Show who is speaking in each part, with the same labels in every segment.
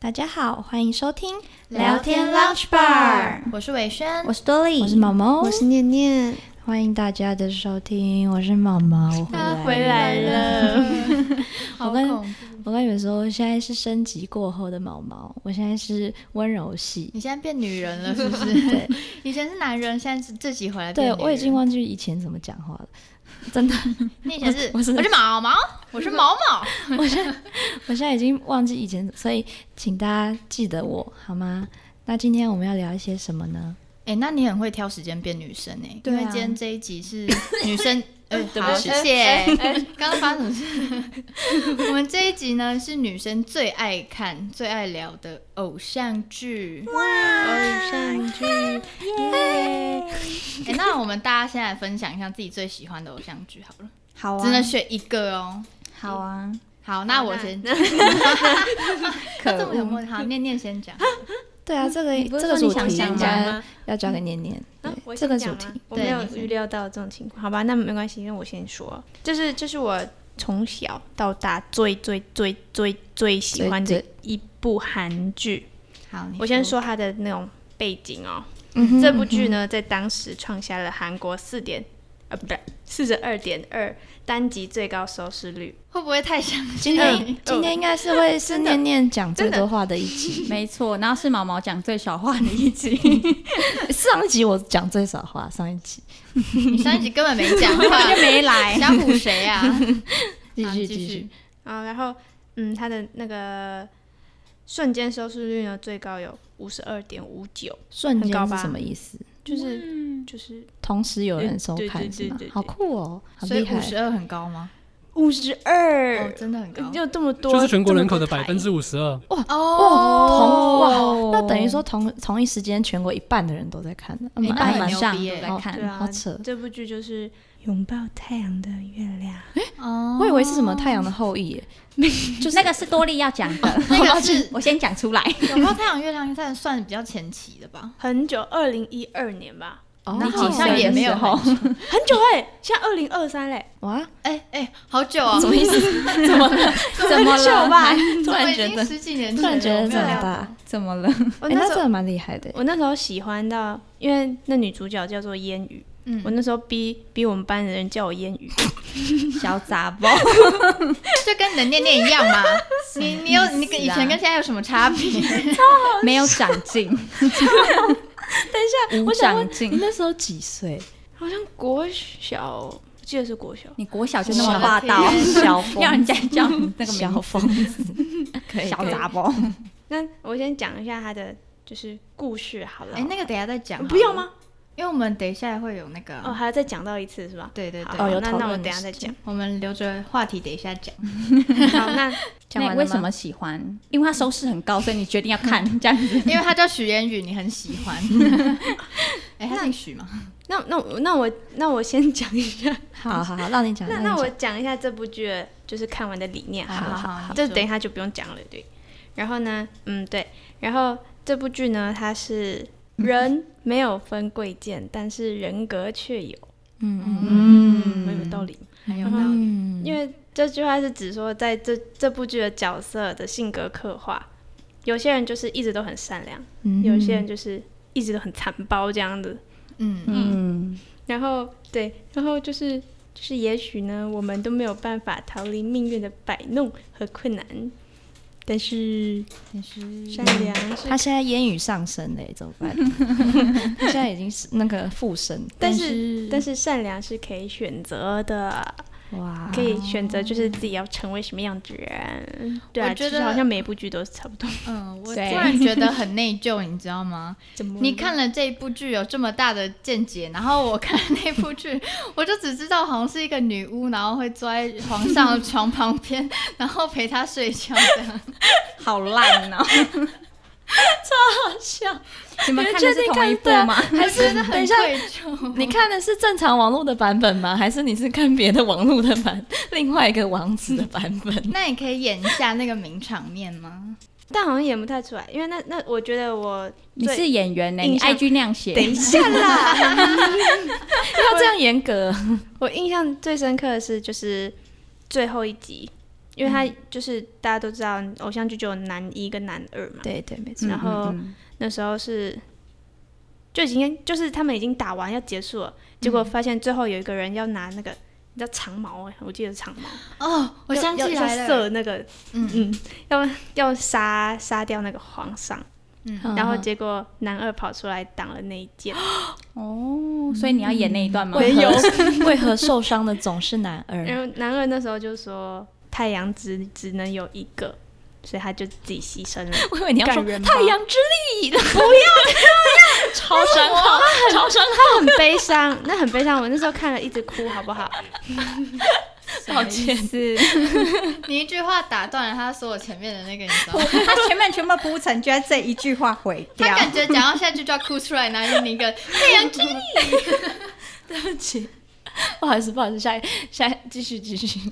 Speaker 1: 大家好，欢迎收听
Speaker 2: 聊天 Lounge Bar，我是伟轩，
Speaker 1: 我是多莉，我是毛毛，
Speaker 3: 我是念念，
Speaker 1: 欢迎大家的收听，我是毛毛，我
Speaker 2: 他哦回来了，好
Speaker 1: 我跟
Speaker 2: 恐怖！
Speaker 1: 我跟你们说，我现在是升级过后的毛毛，我现在是温柔系。
Speaker 2: 你现在变 女人了，是不是？
Speaker 1: 对
Speaker 2: 以前是男人，现在是自己回来变
Speaker 1: 对，
Speaker 2: 女人
Speaker 1: 我已经，忘记以前怎么讲话了，真的，
Speaker 2: 你以前是
Speaker 1: 我
Speaker 2: 我
Speaker 1: 是
Speaker 2: 是毛毛，我是毛毛，
Speaker 1: 我现在我现在已经忘记以前，所以请大家记得我好吗？那今天我们要聊一些什么呢？
Speaker 2: 哎、那你很会挑时间变女生哎、
Speaker 1: 对啊
Speaker 2: 因为今天这一集是女生，呃，对
Speaker 1: 好
Speaker 2: 不起，谢谢。 刚刚发生什么事？我 们这一集呢是女生最爱看、最爱聊的偶像剧。
Speaker 3: 偶像剧，
Speaker 2: 哎、那我们大家先来分享一下自己最喜欢的偶像剧好了，
Speaker 3: 好
Speaker 2: 只能选一个哦。
Speaker 3: 好啊，
Speaker 2: 好，那我先。
Speaker 3: 可
Speaker 2: 这么有
Speaker 3: 恶，
Speaker 2: 默契，好，念念先讲。
Speaker 1: 对啊，这个
Speaker 3: 不是
Speaker 1: 这个主
Speaker 3: 说嗯你想
Speaker 1: 题
Speaker 3: 先
Speaker 1: 应
Speaker 3: 讲
Speaker 1: 该
Speaker 3: 吗
Speaker 1: 要交给念念。
Speaker 3: 啊
Speaker 1: 对，
Speaker 3: 我
Speaker 1: 这
Speaker 3: 先
Speaker 1: 个
Speaker 3: 讲
Speaker 1: 主
Speaker 3: 吗
Speaker 1: 题，
Speaker 3: 我没
Speaker 2: 对
Speaker 3: 有
Speaker 2: 你先
Speaker 3: 预料到这种情况，好吧，那没关系，那我先说，这是这是我从小到大最最最最最喜欢
Speaker 1: 最
Speaker 3: 的一部韩剧。
Speaker 2: 好，你
Speaker 3: 我先。说它的那种背景哦，
Speaker 1: 嗯哼
Speaker 3: 这部剧呢在当时创下了韩国四点。呃，不对，四十二点二单集最高收视率，
Speaker 2: 会不会太详细？
Speaker 1: 今天、
Speaker 3: 嗯
Speaker 1: 今天应该是会是
Speaker 3: 真的
Speaker 1: 念念讲最多话的一集，
Speaker 4: 没错，然后是毛毛讲最少话的一集，
Speaker 1: 上一集我讲最少话，上一集
Speaker 3: 啊
Speaker 2: 你上一集根本没讲话，
Speaker 4: 就没来。
Speaker 2: 想唬谁啊？
Speaker 1: 继
Speaker 2: 好
Speaker 1: 续继续，，
Speaker 3: 啊，然后嗯，它的那个瞬间收视率呢，最高有五十二点五九，
Speaker 1: 瞬
Speaker 3: 很高
Speaker 1: 间是
Speaker 3: 吧
Speaker 1: 什么意思？
Speaker 3: 就是、就是
Speaker 1: 同时有人收
Speaker 3: 对
Speaker 1: 看
Speaker 3: 对
Speaker 1: 是吗
Speaker 3: 对对？对
Speaker 1: 好酷哦，好
Speaker 2: 所以
Speaker 1: 厉
Speaker 2: 五
Speaker 1: 害！
Speaker 2: 十二很高吗？
Speaker 3: 五十
Speaker 2: 哦，
Speaker 3: 二，
Speaker 2: 真的很高。
Speaker 3: 呃就这么多，
Speaker 5: 就是全国人口的
Speaker 3: 这么
Speaker 5: 百
Speaker 3: 多台
Speaker 5: 分之五十二。
Speaker 1: 哇，
Speaker 2: 哦
Speaker 1: 同哇，那等于说同同一时间全国一半的人都在看，啊
Speaker 2: 诶
Speaker 1: 蛮
Speaker 2: 那很
Speaker 1: 蛮哦
Speaker 2: 牛
Speaker 4: 上
Speaker 2: 逼耶
Speaker 4: 都在看
Speaker 3: 对啊，
Speaker 1: 好扯
Speaker 3: 这部剧就是拥抱太阳的月亮，
Speaker 2: 哦
Speaker 1: 我以为是 什么《太阳的后裔》耶，
Speaker 4: 就是那个是多利要讲的，
Speaker 2: 那个是
Speaker 4: 我先讲出来。
Speaker 2: 有靠太阳月亮算算比较前期的吧？
Speaker 3: 很久，二零一二年吧，
Speaker 1: 哦
Speaker 2: 你
Speaker 1: 好
Speaker 2: 好像也没有
Speaker 1: 好
Speaker 2: 很久
Speaker 3: 很久哎、现在二零二三嘞，
Speaker 1: 哇，
Speaker 2: 哎哎，好久啊！
Speaker 1: 什么意 思？怎么 了？
Speaker 4: 怎么
Speaker 3: 很久
Speaker 4: 了？
Speaker 3: 吧？
Speaker 2: 怎么已
Speaker 1: 突然觉
Speaker 2: 经
Speaker 1: 得
Speaker 2: 十几年
Speaker 1: 突
Speaker 2: 前了，
Speaker 1: 然觉得
Speaker 2: 我没
Speaker 1: 这
Speaker 2: 有
Speaker 1: 么
Speaker 2: 聊
Speaker 1: 大，
Speaker 4: 怎么了？
Speaker 3: 我
Speaker 1: 哎，
Speaker 3: 哦那
Speaker 1: 那
Speaker 3: 时
Speaker 1: 真
Speaker 3: 候。
Speaker 1: 的蛮厉害的耶。
Speaker 3: 我那时候喜欢到，因为那女主角叫做烟雨，
Speaker 2: 嗯
Speaker 3: 我那时候逼逼我们班的人叫我烟雨，
Speaker 4: 小杂 包，
Speaker 2: 就跟你的念念一样嘛。你你有你跟以前跟现在有什么差别？
Speaker 4: 没有长进，
Speaker 1: 等一下
Speaker 4: 无长
Speaker 1: 你
Speaker 4: 进。
Speaker 1: 那时候几岁？
Speaker 3: 好像国小，哦我记得是国小，
Speaker 4: 你国小就那么
Speaker 2: 小
Speaker 4: 霸道，
Speaker 2: 天
Speaker 1: 小疯
Speaker 4: 让人家叫你那个
Speaker 1: 小
Speaker 4: 名字
Speaker 1: 疯子，可以
Speaker 4: 小
Speaker 1: 可以
Speaker 4: 杂包。
Speaker 3: 那我先讲一下他的就是故事好了。哦
Speaker 2: 哎，那个等一下再讲。
Speaker 3: 不用？吗？
Speaker 2: 因为我们等一下会有那个
Speaker 3: 哦，还要再讲到一次是吧？
Speaker 2: 对对
Speaker 3: 好
Speaker 1: 哦
Speaker 2: 对，
Speaker 1: 有
Speaker 3: 那
Speaker 1: 讨
Speaker 3: 那我
Speaker 1: 论
Speaker 3: 等一下
Speaker 1: 的
Speaker 3: 再
Speaker 1: 时
Speaker 3: 讲。
Speaker 2: 我们留着话题等一下 讲。
Speaker 3: 好，那
Speaker 1: 讲
Speaker 4: 那
Speaker 1: 完
Speaker 4: 为
Speaker 1: 了
Speaker 4: 什
Speaker 1: 吗？
Speaker 4: 么喜欢？因为它收视很高，所以你决定要看这样子。
Speaker 2: 因为他叫许言宇，你很喜 欢。哎、他姓许吗？
Speaker 3: 那那我那我那我先讲一下，
Speaker 1: 好好好，让你讲。
Speaker 3: 那
Speaker 1: 让
Speaker 3: 那
Speaker 1: 你
Speaker 3: 我
Speaker 1: 讲
Speaker 3: 讲一下这部剧的就是看完的理念好了。
Speaker 2: 好
Speaker 3: 这等一下就不用讲了，对。然后呢，嗯，对，然后这部剧呢，它是人没有分贵贱，但是人格却有，
Speaker 1: 嗯嗯
Speaker 3: 嗯，很有道理。
Speaker 2: 很有道理。
Speaker 1: 嗯，
Speaker 3: 因为这句话是指说，在这这部剧的角色的性格刻画，有些人就是一直都很善良，
Speaker 1: 嗯
Speaker 3: 有些人就是一直都很残暴这样子。
Speaker 2: 嗯，
Speaker 4: 嗯，
Speaker 3: 然后对，然后就是就是，也许呢，我们都没有办法逃离命运的摆弄和困难，但是
Speaker 2: 其实
Speaker 3: 善良是，
Speaker 1: 他现在烟雨上升嘞，怎么 办？他现在已经是那个附身，
Speaker 3: 但是但是善良是可以选择的，
Speaker 1: 哇，
Speaker 3: 可以选择就是自己要成为什么样子的人。对啊，
Speaker 2: 我觉
Speaker 3: 其实
Speaker 2: 得
Speaker 3: 好像每一部剧都是差不多。
Speaker 2: 嗯，我突
Speaker 4: 对
Speaker 2: 然觉得很内疚，你知道吗？
Speaker 3: 怎么
Speaker 2: 你看了这一部剧有这么大的见解，然后我看那部 剧，我就只知道好像是一个女巫，然后会坐在皇上的床旁 边，然后陪他睡觉这 样。
Speaker 4: 好烂 哦，
Speaker 1: 笑。
Speaker 4: 你们
Speaker 1: 你们
Speaker 4: 看
Speaker 1: 确
Speaker 4: 的是
Speaker 1: 定
Speaker 4: 同一
Speaker 1: 看
Speaker 4: 部
Speaker 1: 对
Speaker 4: 吗？
Speaker 1: 还是等
Speaker 2: 很
Speaker 1: 一下，
Speaker 2: 愧疚。
Speaker 1: 你看的是正常网络的版本吗？还是你是看别的网络的版，另外一个王子的版 本？
Speaker 2: 那你可以演一下那个名场面吗？
Speaker 3: 但好像演不太出来，因为那那我觉得我
Speaker 4: 你
Speaker 3: 最
Speaker 4: 是演员呢，
Speaker 3: 印
Speaker 4: 你
Speaker 3: 象
Speaker 4: IG 那样写。
Speaker 3: 等一下啦，
Speaker 1: 要这样严格？
Speaker 3: 我印象最深刻的是就是最后一集，因为他就是大家都知道偶像剧就有男一跟男二嘛，
Speaker 1: 对对，没
Speaker 4: 嗯
Speaker 1: 错。
Speaker 3: 然后
Speaker 4: 嗯
Speaker 3: 那时候是就已经就是他们已经打完要结束了，结果发现最后有一个人要拿那个。你知道长毛哎、我记得是长毛，
Speaker 2: 哦，我
Speaker 3: 要
Speaker 2: 想起
Speaker 3: 要
Speaker 2: 来
Speaker 3: 要
Speaker 2: 了，
Speaker 3: 射那个，
Speaker 2: 嗯
Speaker 3: 嗯，要要杀杀掉那个皇上，
Speaker 2: 嗯，
Speaker 1: 嗯
Speaker 3: 然后
Speaker 1: 嗯
Speaker 3: 结果男二跑出来挡了那一剑，
Speaker 4: 嗯哦，所以你要演那一段吗？
Speaker 1: 为何为何受伤的总是男
Speaker 3: 然
Speaker 1: 儿？
Speaker 3: 后男二那时候就说太阳只只能有一个，所以他就自己牺牲了。
Speaker 1: 我以为你要说
Speaker 3: 感人吧
Speaker 1: 太阳之力， 不要不要， 超伤号，超伤号，
Speaker 3: 很悲伤， 那很悲伤。我那时候看了一直哭，好不好？
Speaker 1: 抱歉。
Speaker 3: 是，
Speaker 2: 你一句话打断了他所有前面的那个，你知道吗？
Speaker 4: 他前面全部铺陈，就在这一句话毁
Speaker 2: 他
Speaker 4: 掉。
Speaker 2: 感觉讲到下去就要哭出来，然后用一个哎太阳 之力。
Speaker 1: 对不起， 不好意思，不好意思，下一下一继续继续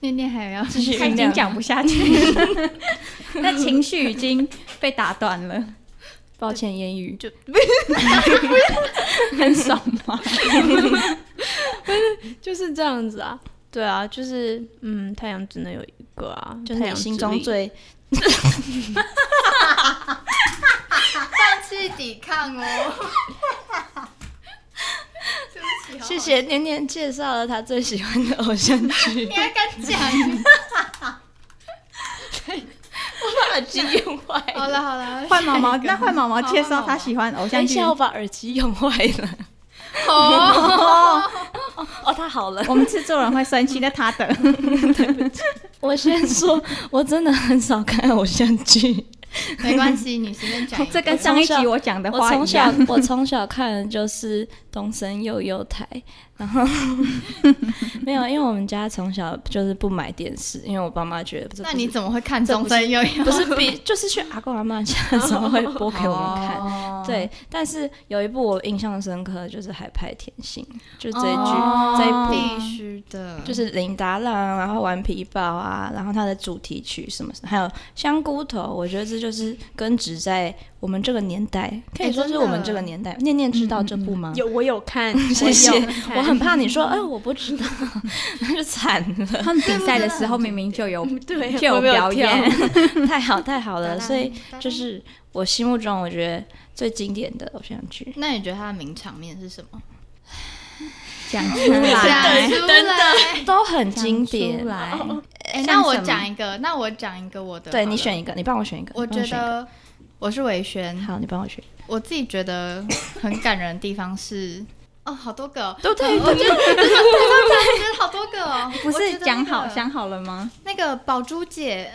Speaker 2: 念念还有要
Speaker 1: 继续
Speaker 4: 他已
Speaker 1: 酝
Speaker 4: 经
Speaker 1: 酿。
Speaker 4: 讲不下 去，那情绪已经被打断了，
Speaker 1: 抱歉，言语
Speaker 3: 就
Speaker 4: 很爽吗？
Speaker 3: 就是这样子啊。对啊，就是嗯，太阳只能有一个啊，
Speaker 1: 就是
Speaker 3: 太
Speaker 1: 你
Speaker 3: 阳
Speaker 1: 心
Speaker 3: 之
Speaker 1: 中
Speaker 3: 力
Speaker 1: 最
Speaker 2: 放弃抵抗 哦。对不起，好 好哦
Speaker 1: 谢。谢念念介绍了他最喜欢的偶像剧
Speaker 2: 你，还敢讲？
Speaker 1: 把耳机用坏了，
Speaker 2: 好了好了，
Speaker 4: 换毛毛，
Speaker 2: 下一个
Speaker 4: 那换毛毛介绍他喜欢偶像剧。
Speaker 1: 我把耳机用坏了。
Speaker 2: 哦，
Speaker 1: 哦，他好了。
Speaker 4: 我们制作人会生气，那他的
Speaker 1: 我先说，我真的很少看偶像剧。
Speaker 2: 没关系，你随便讲一 个。
Speaker 4: 这跟上一集我讲的
Speaker 1: 我
Speaker 4: 话
Speaker 1: 从
Speaker 4: 一
Speaker 1: 小
Speaker 4: 样。
Speaker 1: 我从小看的就是东森幼幼台，然后没有，因为我们家从小就是不买电视，因为我爸妈觉得这不是
Speaker 2: 那你怎么会看中分又
Speaker 1: 不 是比就是去阿公阿妈家的时候会播给我们看。
Speaker 4: 哦，
Speaker 1: 对，但是有一部我印象深刻，就是《海派甜心》，就这一句、
Speaker 4: 哦
Speaker 1: 这一部
Speaker 2: 必须的，
Speaker 1: 就是是林达浪啊，然后顽皮豹啊，然后它的主题曲什么什么，还有香菇头，我觉得这就是根植在我们这个年代，可以说是我们这个年代。念念知道这部吗？
Speaker 3: 嗯有我有看，
Speaker 1: 谢谢
Speaker 3: 我有看
Speaker 1: 我很怕你说，哎，我不知道，那就惨了。
Speaker 4: 他们比赛的时候明明 就有
Speaker 3: 对
Speaker 4: 就有
Speaker 3: 我没有
Speaker 4: 表演，
Speaker 1: 太好太好了，所以就是我心目中我觉得最经典的偶像剧。
Speaker 2: 那你觉得他的名场面是什么？
Speaker 4: 讲 出来
Speaker 2: 讲。出来。
Speaker 1: 都很经
Speaker 4: 讲出
Speaker 1: 典，
Speaker 4: 来，
Speaker 2: 哎，
Speaker 4: 像
Speaker 2: 那我
Speaker 4: 什么
Speaker 2: 讲一个，那我讲一个我的。
Speaker 1: 对你，选一个，你帮我选一个。
Speaker 2: 我
Speaker 1: 你帮
Speaker 2: 觉
Speaker 1: 选一个
Speaker 2: 得我是维轩，
Speaker 1: 好，你帮我选。
Speaker 2: 我自己觉得很感人的地方是，哦，好多个、哦，
Speaker 1: 都
Speaker 2: 对，我觉得对对对对，我觉得好多个哦，
Speaker 4: 不
Speaker 2: 我觉
Speaker 4: 是
Speaker 2: 得那
Speaker 4: 讲
Speaker 2: 个
Speaker 4: 好想好了 吗？
Speaker 2: 那个宝珠姐，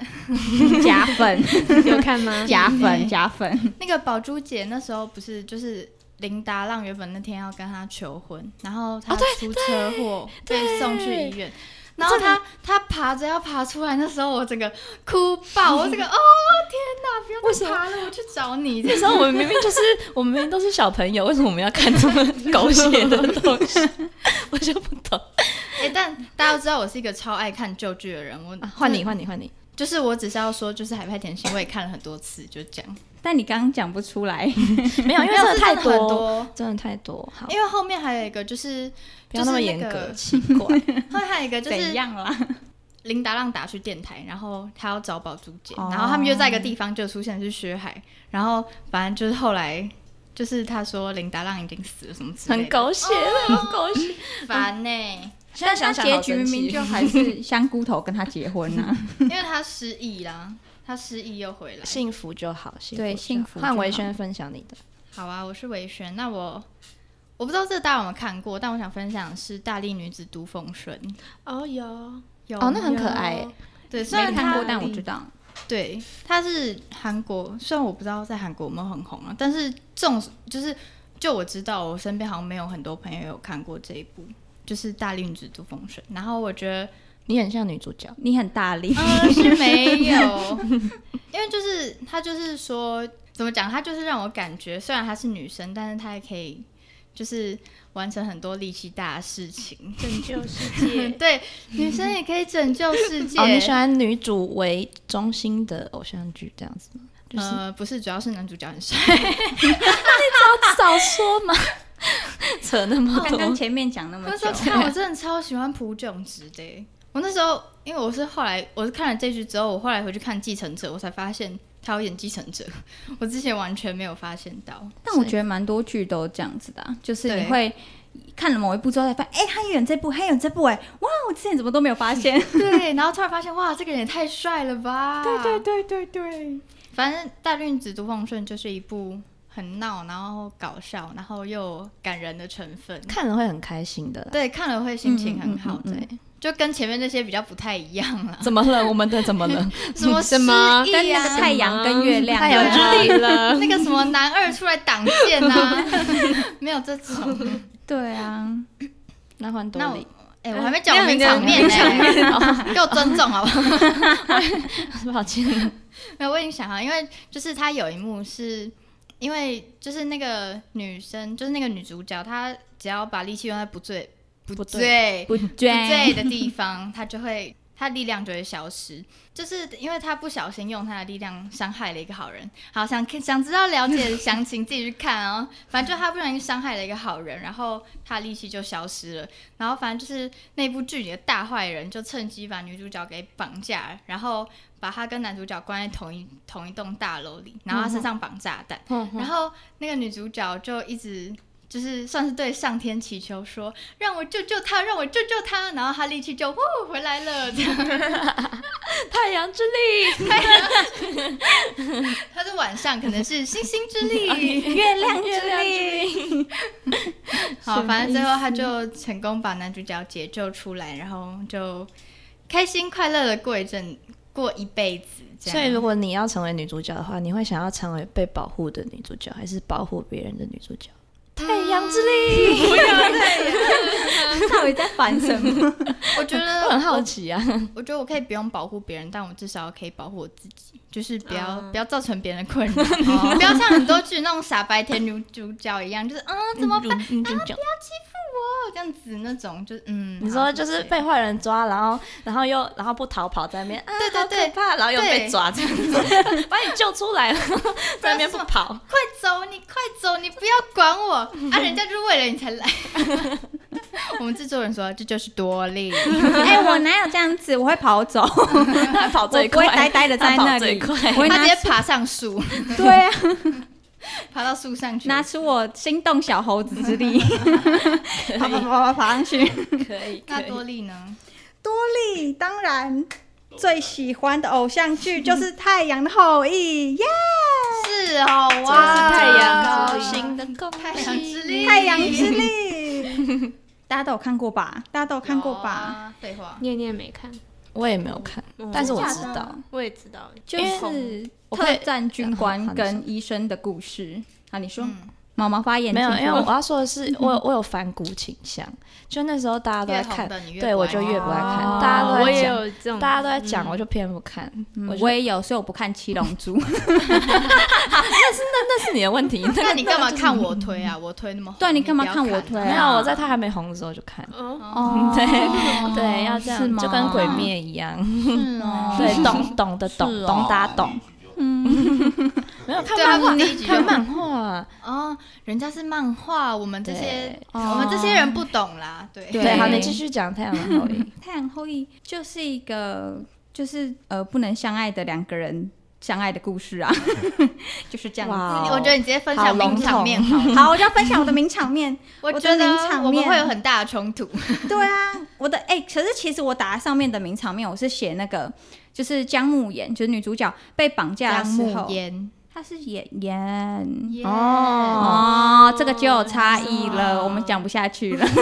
Speaker 4: 假粉，
Speaker 3: 有看吗？
Speaker 4: 假粉，假粉，
Speaker 2: 那个宝珠姐那时候不是就是林达浪原本那天要跟她求婚，然后
Speaker 1: 哦
Speaker 2: 她出车祸被送去医院。然后她她爬着要爬出来，那时候我整个哭爆，我这 个哦天哪，不要再爬了，我去找你。
Speaker 1: 那时候我们明明就是，我们明明都是小朋友，为什么我们要看这么狗血的东西？我就不懂。
Speaker 2: 哎、但大家都知道我是一个超爱看旧剧的人， 我
Speaker 1: 啊换你，换你，换你。
Speaker 2: 就是我只是要说，就是《海派甜心》我也看了很多次，就这样。
Speaker 4: 但你刚刚讲不出来，
Speaker 1: 没有，因为真的太
Speaker 2: 很
Speaker 1: 多，
Speaker 2: 多，
Speaker 1: 真的太多。好，
Speaker 2: 因为后面还有一个就是，
Speaker 1: 不要那么严
Speaker 2: 就是那
Speaker 1: 格，
Speaker 2: 个
Speaker 1: 奇 怪。
Speaker 2: 后面还有一个就
Speaker 4: 怎
Speaker 2: 是
Speaker 4: 样啦？
Speaker 2: 林达浪打去电台，然后他要找宝珠姐，
Speaker 4: 哦
Speaker 2: 然后他们就在一个地方就出现是薛海，然后反正就是后来就是他说林达浪已经死了什么之类
Speaker 1: 很
Speaker 2: 的，
Speaker 1: 狗血，很狗血。
Speaker 2: 很烦呢、欸
Speaker 1: 现在想想
Speaker 4: 结
Speaker 1: 好
Speaker 4: 局
Speaker 1: 生
Speaker 4: 明
Speaker 1: 气
Speaker 4: 明就还是香菇头跟他结婚呢。
Speaker 2: 因为他失忆啦，他失忆又回来。
Speaker 1: 幸福就好，幸福
Speaker 4: 对
Speaker 1: 就好
Speaker 4: 幸福就
Speaker 1: 换维
Speaker 4: 好
Speaker 1: 轩分享你的，
Speaker 2: 好啊，我是维轩，那我。我不知道这大家有没有看过，但我想分享的是《大力女子都奉顺》
Speaker 3: 哦有，
Speaker 2: 有
Speaker 1: 哦那很可爱
Speaker 3: 有
Speaker 2: 对，虽
Speaker 4: 没
Speaker 2: 然
Speaker 4: 看
Speaker 2: 它
Speaker 4: 过，但我知道。
Speaker 2: 对，它是韩国，虽然我不知道在韩国有没有很红啊，但是这种就是就我知道，我身边好像没有很多朋友有看过这一部，就是《大力女子都风神》。然后我觉得，
Speaker 1: 你很像女主角。
Speaker 4: 你很大力，
Speaker 2: 嗯，
Speaker 1: 哦
Speaker 2: 是没有， 因为就是他就是说怎么讲，他就是让我感觉，虽然她是女生，但是她也可以就是完成很多力气大的事情。
Speaker 3: 拯救世界，
Speaker 2: 对，女生也可以拯救世界。呃
Speaker 1: 哦，你喜欢女主为中心的偶像剧这样子吗？就是
Speaker 2: 呃，不是，主要是男主角很帅。
Speaker 1: 啊早说嘛， 扯那么
Speaker 4: 刚
Speaker 1: 多哦
Speaker 4: 刚。前面讲那么
Speaker 2: 那时
Speaker 4: 久
Speaker 2: 候，看我真的超喜欢朴炯植的欸，我那时候因为我是后来我是看了这句之后，我后来回去看《继承者》，我才发现他有演《继承者》， 我之前完全没有发现 到。
Speaker 4: 但我觉得蛮多剧都这样子的啊、就是你
Speaker 2: 对
Speaker 4: 会看了某一部之后才发现，哎、他演这部，他演这部、哎，哇，我之前怎么都没有发现。
Speaker 2: 对，然后突然发现哇，这个人也太帅了吧！
Speaker 1: 啊
Speaker 2: 对对
Speaker 4: 对对对，
Speaker 2: 反正《大运子都奉顺》就是一部很闹，然后搞笑，然后又有感人的成分。
Speaker 1: 看了会很开心的啦。
Speaker 2: 对，看了会心情很好，
Speaker 4: 嗯嗯嗯嗯
Speaker 2: 对，就跟前面那些比较不太 一样了。
Speaker 1: 怎么了？我们的怎么 了？嗯
Speaker 2: 什么
Speaker 3: 什么
Speaker 2: 失忆
Speaker 4: 跟那
Speaker 2: 啊
Speaker 4: 个太阳跟月亮，
Speaker 1: 太阳
Speaker 4: 对啊
Speaker 1: 之
Speaker 3: 力了，
Speaker 2: 那个什么男二出来挡箭 啊，没有这种。
Speaker 4: 对啊，
Speaker 1: 那换多
Speaker 2: 那我
Speaker 1: 里，
Speaker 2: 哎、我还没讲完名场面呢、 给我尊重好不 好？
Speaker 1: 抱歉。
Speaker 2: 没有，我已经想啊好，因为就是他有一幕是。因为就是那个女生，就是那个女主角，她只要把力气用在不对
Speaker 1: 不对
Speaker 2: 对
Speaker 4: 不
Speaker 2: 不对
Speaker 4: 捐，
Speaker 2: 的地方，他就会他力量就会消失，就是因为他不小心用他的力量伤害了一个好人。好，想想知道了解详情自己去看哦。 反正就他不小心伤害了一个好人，然后他的力气就消失了。然后反正就是那部剧里的大坏人就趁机把女主角给绑架了，然后把她跟男主角关在同一同一栋大楼里，然后他身上绑炸弹。然后那个女主角就一直就是算是对上天祈求说，让我救救他，让我救救他。然后她力气就呼回来了， 这样。
Speaker 1: 太阳之力，
Speaker 2: 她是晚上可能是星星之
Speaker 1: 哎
Speaker 2: 力。
Speaker 4: 月亮之
Speaker 1: 月亮之
Speaker 4: 力。
Speaker 2: 好，反正最后她就成功把男主角解救出来，然后就开心快乐的过一阵，过一辈子这样。
Speaker 1: 所以如果你要成为女主角的话，你会想要成为被保护的女主角，还是保护别人的女主角？嗯太阳之力，
Speaker 4: 到底在烦什 么？
Speaker 2: 我觉得
Speaker 1: 我很好奇啊。
Speaker 2: 我觉得我可以不用保护别人，但我至少可以保护我自己，就是不要、
Speaker 1: 啊
Speaker 3: 嗯
Speaker 2: 不要造成别人的困 扰，哦不要像很多剧那种傻白甜女主角一样，就是啊怎么办
Speaker 1: 办？女主角，
Speaker 2: 哦这样子那种，就是嗯，
Speaker 1: 你
Speaker 2: 好
Speaker 1: 说就是被坏人抓，然后然后又然后不逃跑，在那边啊，
Speaker 2: 对对
Speaker 1: 好
Speaker 2: 对
Speaker 1: 可怕，然后又被
Speaker 2: 对
Speaker 1: 抓，这样子把你救出来 了，在那边不 跑。
Speaker 2: 快走，你快走，你不要管我啊！人家就是为了你才来。我们制作人说这就是多利，
Speaker 4: 哎、我哪有这样子？我会跑走，
Speaker 1: 他跑最
Speaker 4: 我不
Speaker 1: 快，
Speaker 4: 会呆呆 的在那
Speaker 1: 他跑最
Speaker 4: 里，
Speaker 1: 快
Speaker 4: 我会
Speaker 2: 他直
Speaker 4: 拿
Speaker 2: 接爬上树，
Speaker 4: 对啊，
Speaker 2: 爬到树上去。
Speaker 4: 拿出我心动小猴子之 力，爬爬爬爬爬上去。
Speaker 1: 可以，
Speaker 2: 那
Speaker 1: 可以
Speaker 2: 多利呢？
Speaker 4: 多莉当然最喜欢的偶像剧就是《太阳的后裔》耶！
Speaker 2: 是哦，哇，
Speaker 1: 哇，太阳
Speaker 2: 高
Speaker 1: 高兴的恭
Speaker 2: 太阳
Speaker 1: 喜，
Speaker 2: 之力，
Speaker 4: 太阳之力》，大家都有看过吧？大家都有看过吧？
Speaker 2: 有啊？废话，
Speaker 3: 念念没看，
Speaker 1: 我也没有看，但是我知道，
Speaker 3: 我也知道，
Speaker 4: 就
Speaker 1: 因为
Speaker 4: 是
Speaker 1: 我
Speaker 4: 特
Speaker 1: 会
Speaker 4: 战军官跟医生的故事。好，你说
Speaker 2: 嗯，
Speaker 4: 毛毛发言
Speaker 1: 没有，
Speaker 4: 请
Speaker 1: 因为
Speaker 4: 说
Speaker 1: 我要说的是，我有我有反骨倾向，就那时候大家都
Speaker 2: 越
Speaker 1: 在
Speaker 2: 红
Speaker 1: 看，
Speaker 2: 的你越
Speaker 1: 对
Speaker 2: 不
Speaker 1: 我
Speaker 2: 爱
Speaker 1: 就越不爱看
Speaker 4: 哦，
Speaker 1: 大家都
Speaker 3: 我
Speaker 1: 在
Speaker 3: 也
Speaker 1: 讲，
Speaker 3: 有这种，
Speaker 1: 大家都在讲，我就偏不看。
Speaker 4: 嗯
Speaker 1: 我就
Speaker 4: 我也有，所以我不看《七龙 珠》。
Speaker 1: 那 是你的问题，那
Speaker 2: 哦那
Speaker 1: 个
Speaker 2: 你干嘛？
Speaker 1: 那
Speaker 2: 看
Speaker 1: 个
Speaker 2: 我推啊？我推那么红，
Speaker 4: 对啊，你干嘛
Speaker 2: 不要
Speaker 4: 看我推
Speaker 1: 就是
Speaker 4: 啊？
Speaker 1: 没有，我在他还没红的时候就看。
Speaker 3: 哦，
Speaker 4: 哦，
Speaker 2: 哦
Speaker 1: 对，要这
Speaker 4: 是
Speaker 1: 样，
Speaker 4: 吗
Speaker 1: 就跟鬼灭一样。
Speaker 2: 是哦，
Speaker 1: 对，懂懂的懂，
Speaker 4: 是哦
Speaker 1: 懂大家懂。嗯， 没有看
Speaker 2: 对啊他
Speaker 1: 漫
Speaker 2: 们
Speaker 1: 画，
Speaker 2: 第一集就
Speaker 1: 看 漫画，
Speaker 2: 哦，人家是漫画，我们这些
Speaker 1: 对
Speaker 2: 我们这些人不懂啦，对
Speaker 4: 对
Speaker 1: 对，好，嗯你继续讲太阳的后裔。
Speaker 4: 太阳后裔就是一个就是呃不能相爱的两个人相爱的故事啊， 就是这样子。
Speaker 1: 哇哦
Speaker 2: 我觉得你直接分享名场面哦好 了，
Speaker 4: 好，我就要分享我的名场面。
Speaker 2: 我
Speaker 4: 我
Speaker 2: 觉
Speaker 4: 的
Speaker 2: 得
Speaker 4: 名场
Speaker 2: 我们
Speaker 4: 面
Speaker 2: 会有很大的冲突。
Speaker 4: 对啊，我的哎、可是其实我打在上面的名场面，我是写那个就是姜暮言，就是女主角被绑架的时候，
Speaker 2: 烟
Speaker 4: 她是演言。
Speaker 1: 哦
Speaker 4: 哦，这个就有差异了，我们讲不下去了。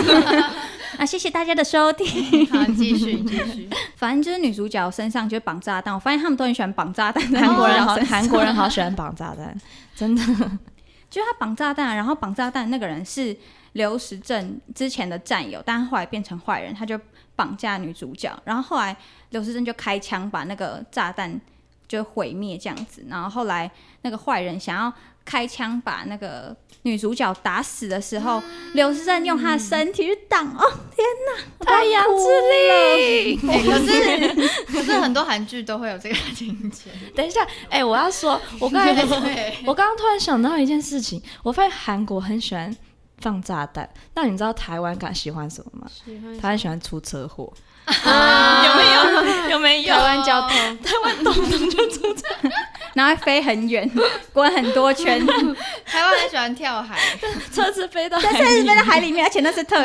Speaker 4: 那谢谢大家的收听。
Speaker 2: 好，继续你继续，
Speaker 4: 反正就是女主角身上就绑炸弹，我发现他们都很喜欢绑炸弹。
Speaker 1: 韩国 人好，
Speaker 4: 身上
Speaker 1: 韩国人好喜欢绑炸弹，真的。
Speaker 4: 就是他绑炸弹，然后绑炸弹那个人是刘时镇之前的战友，但他后来变成坏人，他就绑架女主角，然后后来刘时镇就开枪把那个炸弹就毁灭这样子，然后后来那个坏人想要开枪把那个女主角打死的时候，
Speaker 1: 嗯
Speaker 4: 刘时镇用他的身体去挡，哦天哪，太阳之力，
Speaker 2: 哎可是可是很多韩剧都会有这个情节，
Speaker 1: 等一下，哎、我要说，我刚才
Speaker 2: 对，
Speaker 1: 我刚刚突然想到一件事情，我发现韩国很喜欢放炸弹，那你知道台湾敢喜欢什么吗？
Speaker 3: 喜欢
Speaker 1: 台湾喜欢出车祸， 有 没有？有没有
Speaker 3: 台？湾交通，
Speaker 4: 然后还飞很远，滚很多圈，
Speaker 2: 台湾很喜欢跳海，
Speaker 1: 车子飞到
Speaker 4: 但
Speaker 1: 海
Speaker 4: 是
Speaker 1: 里
Speaker 4: 飞到海里面，而且那是特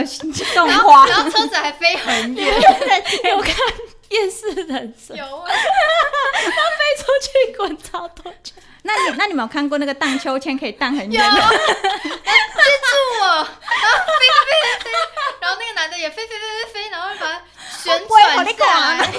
Speaker 4: 动
Speaker 2: 然
Speaker 4: 画
Speaker 2: 后，然后车子还飞很远，
Speaker 1: 给我看夜市人生，
Speaker 2: 有 啊，
Speaker 1: 飞出去滚超多圈。
Speaker 4: 那你那你们有看过那个荡秋千可以荡很
Speaker 2: 有，记住
Speaker 4: 远
Speaker 2: 我，然
Speaker 4: 的？
Speaker 2: 后飞飞飞飞，然后那个男的也飞飞飞飞飞，然后把它旋
Speaker 4: 我
Speaker 2: 转
Speaker 4: 的
Speaker 2: 下来，
Speaker 1: 啊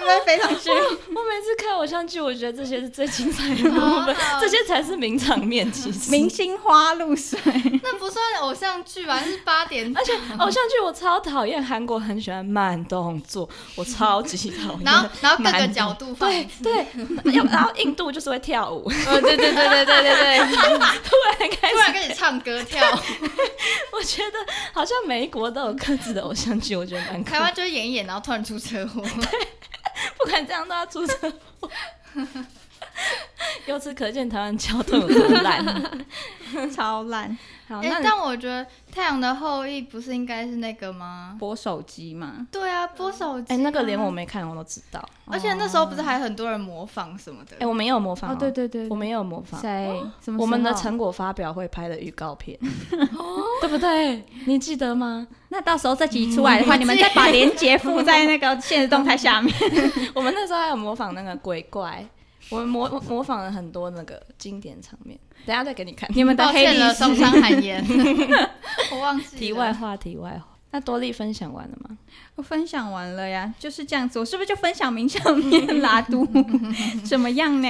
Speaker 4: 乖飞飞飞上去，
Speaker 1: 我每次看偶像剧，我觉得这些是最精彩的部分
Speaker 2: 好好，
Speaker 1: 这些才是名场面。其实，
Speaker 4: 明星花露水，
Speaker 2: 那不算偶像剧吧？是八 点，
Speaker 1: 而且偶像剧我超讨厌，韩国很喜欢慢动作，我超级讨厌。
Speaker 2: 然后然后各个
Speaker 1: 蛮
Speaker 2: 角度放，
Speaker 1: 对对，要然后印度就是会跳舞，
Speaker 3: 哦，对对对对对对对，
Speaker 1: 突然开
Speaker 2: 突然
Speaker 1: 始，
Speaker 2: 跟你唱歌跳，
Speaker 1: 我觉得好像每一国都有各自的偶像剧，我觉得蛮可
Speaker 2: 台湾就是演一演，然后突然出车祸，
Speaker 1: 不管这样都要出车祸。由此可见，台湾交通有多 烂。
Speaker 4: 超烂。
Speaker 1: 好，
Speaker 2: 哎
Speaker 1: 那，你
Speaker 2: 但我觉得《太阳的后裔》不是应该是那个吗？
Speaker 4: 播手机嘛，
Speaker 2: 对啊，播手机、
Speaker 1: 哎，那个连我，没看我都知道。
Speaker 2: 而且那时候不是还很多人模仿什么的？
Speaker 1: 哎，我们也有模仿。
Speaker 4: 哦，对，对对，
Speaker 1: 我们也有模仿。
Speaker 4: 谁？什么时候？
Speaker 1: 我们的成果发表会拍的预告 片，哦对不对？你记得吗？
Speaker 4: 那到时候这集出来的话，你们再把链接附在那个现实动态下面。
Speaker 1: 我们那时候还有模仿那个鬼怪，我们模模仿了很多那个经典场面。等一下再给你看。
Speaker 4: 你们的
Speaker 2: 抱
Speaker 4: 黑
Speaker 2: 歉
Speaker 4: 历
Speaker 2: 了，
Speaker 4: 史
Speaker 2: 松，山寒言，我忘记了
Speaker 1: 题外。话，题外话。那多利分享完了吗？
Speaker 4: 我分享完了呀，就是这样子。我是不是就分享名场面拉 都怎么样呢？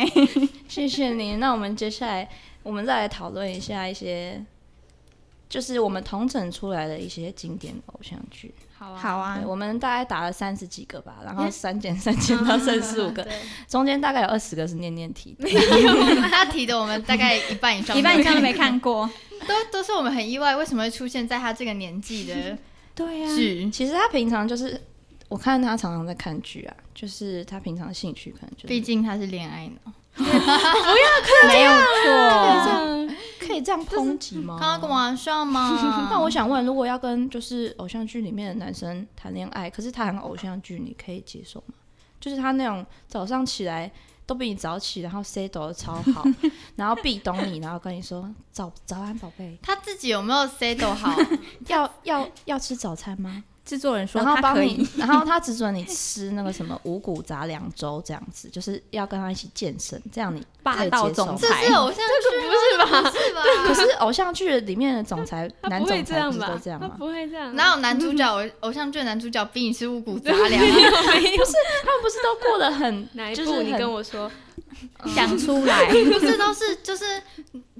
Speaker 1: 谢谢你。那我们接下来，我们再来讨论一下一些，就是我们统整出来的一些经典偶像剧。
Speaker 2: 好啊，
Speaker 4: 好啊
Speaker 1: 对，，我们大概打了三十几个吧，然后
Speaker 2: Yes
Speaker 1: 三减三减到剩十五个，
Speaker 2: 对。
Speaker 1: 中间大概有二十个是念念提的。
Speaker 2: 他提的我们大概一半以 上，
Speaker 4: 一半以上都没看过。
Speaker 2: 都都是我们很意外，为什么会出现在他这个年纪的
Speaker 1: 对呀、
Speaker 2: 剧？
Speaker 1: 其实他平常就是，我看他常常在看剧啊，就是他平常的兴趣可能就是
Speaker 2: 毕竟他是恋爱脑。
Speaker 4: 没有
Speaker 1: 可以这
Speaker 4: 错，
Speaker 1: 样可以这样抨击吗？？
Speaker 2: 刚刚跟我玩笑嘛
Speaker 1: 哦 但我想问，如果要跟就是偶像剧里面的男生谈恋爱，可是他很偶像剧，你可以接受吗？就是他那种早上起来都比你早起，然后 say 抖的超 好，然后必懂你，然后跟你说早早安宝贝，
Speaker 2: 他自己有没有 say 都好，
Speaker 1: 要要 要吃早餐吗？
Speaker 4: 制作人说
Speaker 1: 然后
Speaker 4: 他
Speaker 1: 帮
Speaker 4: 可
Speaker 1: 你
Speaker 4: 以，，
Speaker 1: 然后他只准你吃那个什么五谷杂粮粥这样子，就是要跟他一起健身，这样 你可
Speaker 4: 霸
Speaker 1: 以
Speaker 4: 道
Speaker 1: 接受
Speaker 4: 总
Speaker 1: 吗
Speaker 2: 这
Speaker 4: 裁
Speaker 2: 是偶像剧吗？
Speaker 3: 不是吧？
Speaker 2: 不是吧？
Speaker 1: 可是偶像剧里面的总 裁，
Speaker 3: 他
Speaker 1: 男
Speaker 3: 不会
Speaker 1: 总
Speaker 3: 这
Speaker 1: 裁
Speaker 3: 样
Speaker 1: 不是
Speaker 3: 吧
Speaker 1: 都？这样
Speaker 3: 他
Speaker 1: 吗？
Speaker 3: 不会这样，
Speaker 2: 哪有男主 角偶偶像剧的男主角逼你吃五谷杂粮啊？
Speaker 3: 没有？
Speaker 1: 他们不是都过得 很
Speaker 3: 哪一
Speaker 1: 就
Speaker 3: 部
Speaker 1: 是
Speaker 3: 你
Speaker 1: 很
Speaker 3: 跟我说？
Speaker 4: 想出来。
Speaker 2: 不是都是就是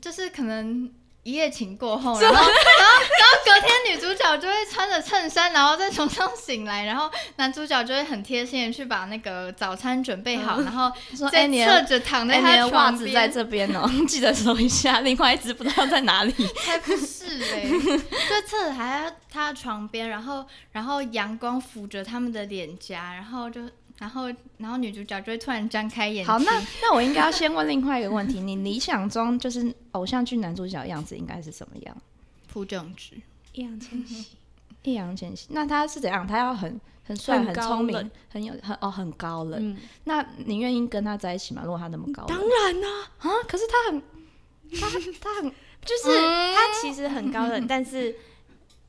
Speaker 2: 就是可能一夜情过后，然 后然后然后隔天女主角就会穿着衬衫，然后在床上醒来，然后男主角就会很贴心的去把那个早餐准备好，然后
Speaker 1: 说哎
Speaker 2: 再
Speaker 1: 你
Speaker 2: 侧
Speaker 1: 的
Speaker 2: 着 躺在
Speaker 1: 哎你
Speaker 2: 他
Speaker 1: 的袜
Speaker 2: 床
Speaker 1: 子在
Speaker 2: 边，
Speaker 1: 这边哦， 记得收一下，另外一只不知道在哪里。
Speaker 2: 才不是嘞，就侧着还在他的床边，然后然后阳光抚着他们的脸颊，然后就然后然后女主角就会突然张开眼睛，
Speaker 1: 好， 那那我应该要先问另外一个问题，你理想中就是偶像剧男主角的样子应该是什么样？
Speaker 2: 朴正直。
Speaker 3: 易烊千玺，
Speaker 1: 易烊千玺，那他是怎样？他要很很帅、
Speaker 3: 很
Speaker 1: 很
Speaker 3: 高
Speaker 1: 聪
Speaker 3: 冷
Speaker 1: 明、很有很哦很高冷。
Speaker 3: 嗯，
Speaker 1: 那你愿意跟他在一起吗？如果他那么高冷
Speaker 3: 当 然啦，
Speaker 1: 啊，可是他很他他很
Speaker 3: 就是他其实很高 冷，但是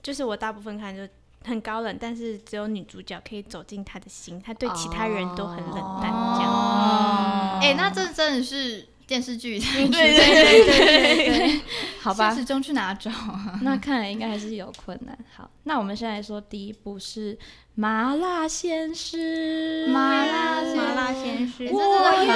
Speaker 3: 就是我大部分看就很高冷，但是只有女主角可以走进他的心，他对其他人都很冷淡这样。
Speaker 2: 哦，哎、那这真的是电视剧才出现，
Speaker 3: 对
Speaker 2: 对对
Speaker 1: 好吧
Speaker 2: 现，实中去哪找啊？
Speaker 1: 那看来应该还是有困难。好，那我们现在说第一步是麻辣鲜师，
Speaker 2: 麻辣鲜哎
Speaker 4: 麻辣鲜师
Speaker 2: 我，
Speaker 1: 我要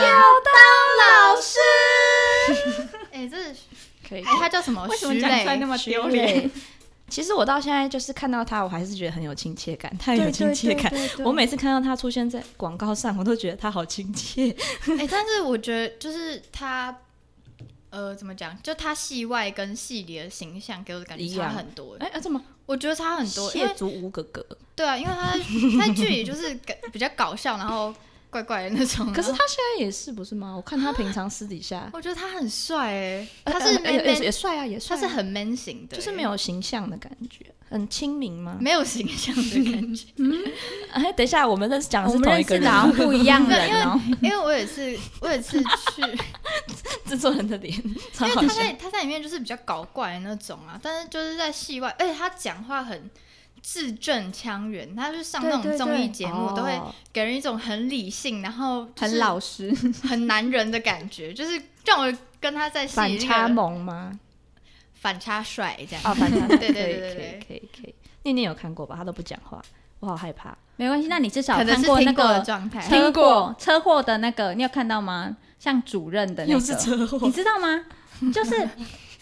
Speaker 2: 当老师。哎、这是
Speaker 1: 可以
Speaker 2: 哎、他叫什么？
Speaker 4: 为什么
Speaker 2: 徐
Speaker 4: 讲出来
Speaker 2: 磊
Speaker 4: 那么丢
Speaker 1: 对，
Speaker 4: 脸？
Speaker 1: 其实我到现在就是看到他，我还是觉得很有亲切感，太
Speaker 4: 对
Speaker 1: 有亲切感。，
Speaker 4: 对对对
Speaker 1: 我每次看到他出现在广告上，我都觉得他好亲切。
Speaker 2: 哎、但是我觉得就是他。呃，怎么讲？就他戏外跟戏里的形象给我的感觉
Speaker 1: 一
Speaker 2: 差
Speaker 1: 样
Speaker 2: 很多，
Speaker 1: 哎、啊，怎么
Speaker 2: 我觉得差很多。因
Speaker 1: 蟹
Speaker 2: 为
Speaker 1: 足无哥哥？
Speaker 2: 对啊，因为他在他在剧里就是搞比较搞笑，然后怪怪的那种啊。，
Speaker 1: 可是他现在也是不是吗？我看他平常私底下
Speaker 2: 我觉得他很帅哎，
Speaker 1: 呃
Speaker 2: 他是
Speaker 1: 呃也
Speaker 2: man
Speaker 1: 也也
Speaker 2: man，
Speaker 1: 帅啊，也帅
Speaker 2: 他
Speaker 1: 啊，
Speaker 2: 是很 man 型的欸，
Speaker 1: 就是没有形象的感觉，很亲民吗？
Speaker 2: 没有形象的感觉。
Speaker 1: 哎，等一下，我们认识讲的
Speaker 4: 我
Speaker 1: 是
Speaker 4: 们
Speaker 1: 同
Speaker 4: 认
Speaker 1: 一个
Speaker 4: 识的
Speaker 1: 人
Speaker 4: 好
Speaker 1: 吗，
Speaker 4: 像 不一样人哦。
Speaker 2: 因为我有一次，我有一次去，
Speaker 1: 制作人的脸超
Speaker 2: 因为
Speaker 1: 好
Speaker 2: 他
Speaker 1: 笑。
Speaker 2: 在他在里面就是比较搞怪的那种啊，但是就是在戏外，而且他讲话很字正腔圆，他就上那
Speaker 1: 对对
Speaker 2: 种综艺
Speaker 1: 对
Speaker 2: 节目都会
Speaker 1: 哦
Speaker 2: 给人一种很理性，然后就是
Speaker 4: 很老实，
Speaker 2: 很男人的感觉，就是让我跟他在戏
Speaker 1: 反
Speaker 2: 里那
Speaker 1: 差
Speaker 2: 个
Speaker 1: 萌吗？
Speaker 2: 反差帅这样。
Speaker 1: 啊，反差
Speaker 2: 对对对对对
Speaker 1: 可以可以可以可以。念念有看过吧？他都不讲话，我好害怕。
Speaker 4: 没关系。那你至少
Speaker 2: 可能
Speaker 4: 看
Speaker 2: 是
Speaker 4: 过那
Speaker 2: 听过的
Speaker 4: 个
Speaker 2: 状态，
Speaker 4: 车
Speaker 1: 听过
Speaker 4: 祸车祸的那个，你有看到吗？像主任的那
Speaker 1: 又
Speaker 4: 个
Speaker 1: 是车祸
Speaker 4: 你知道吗？ 就是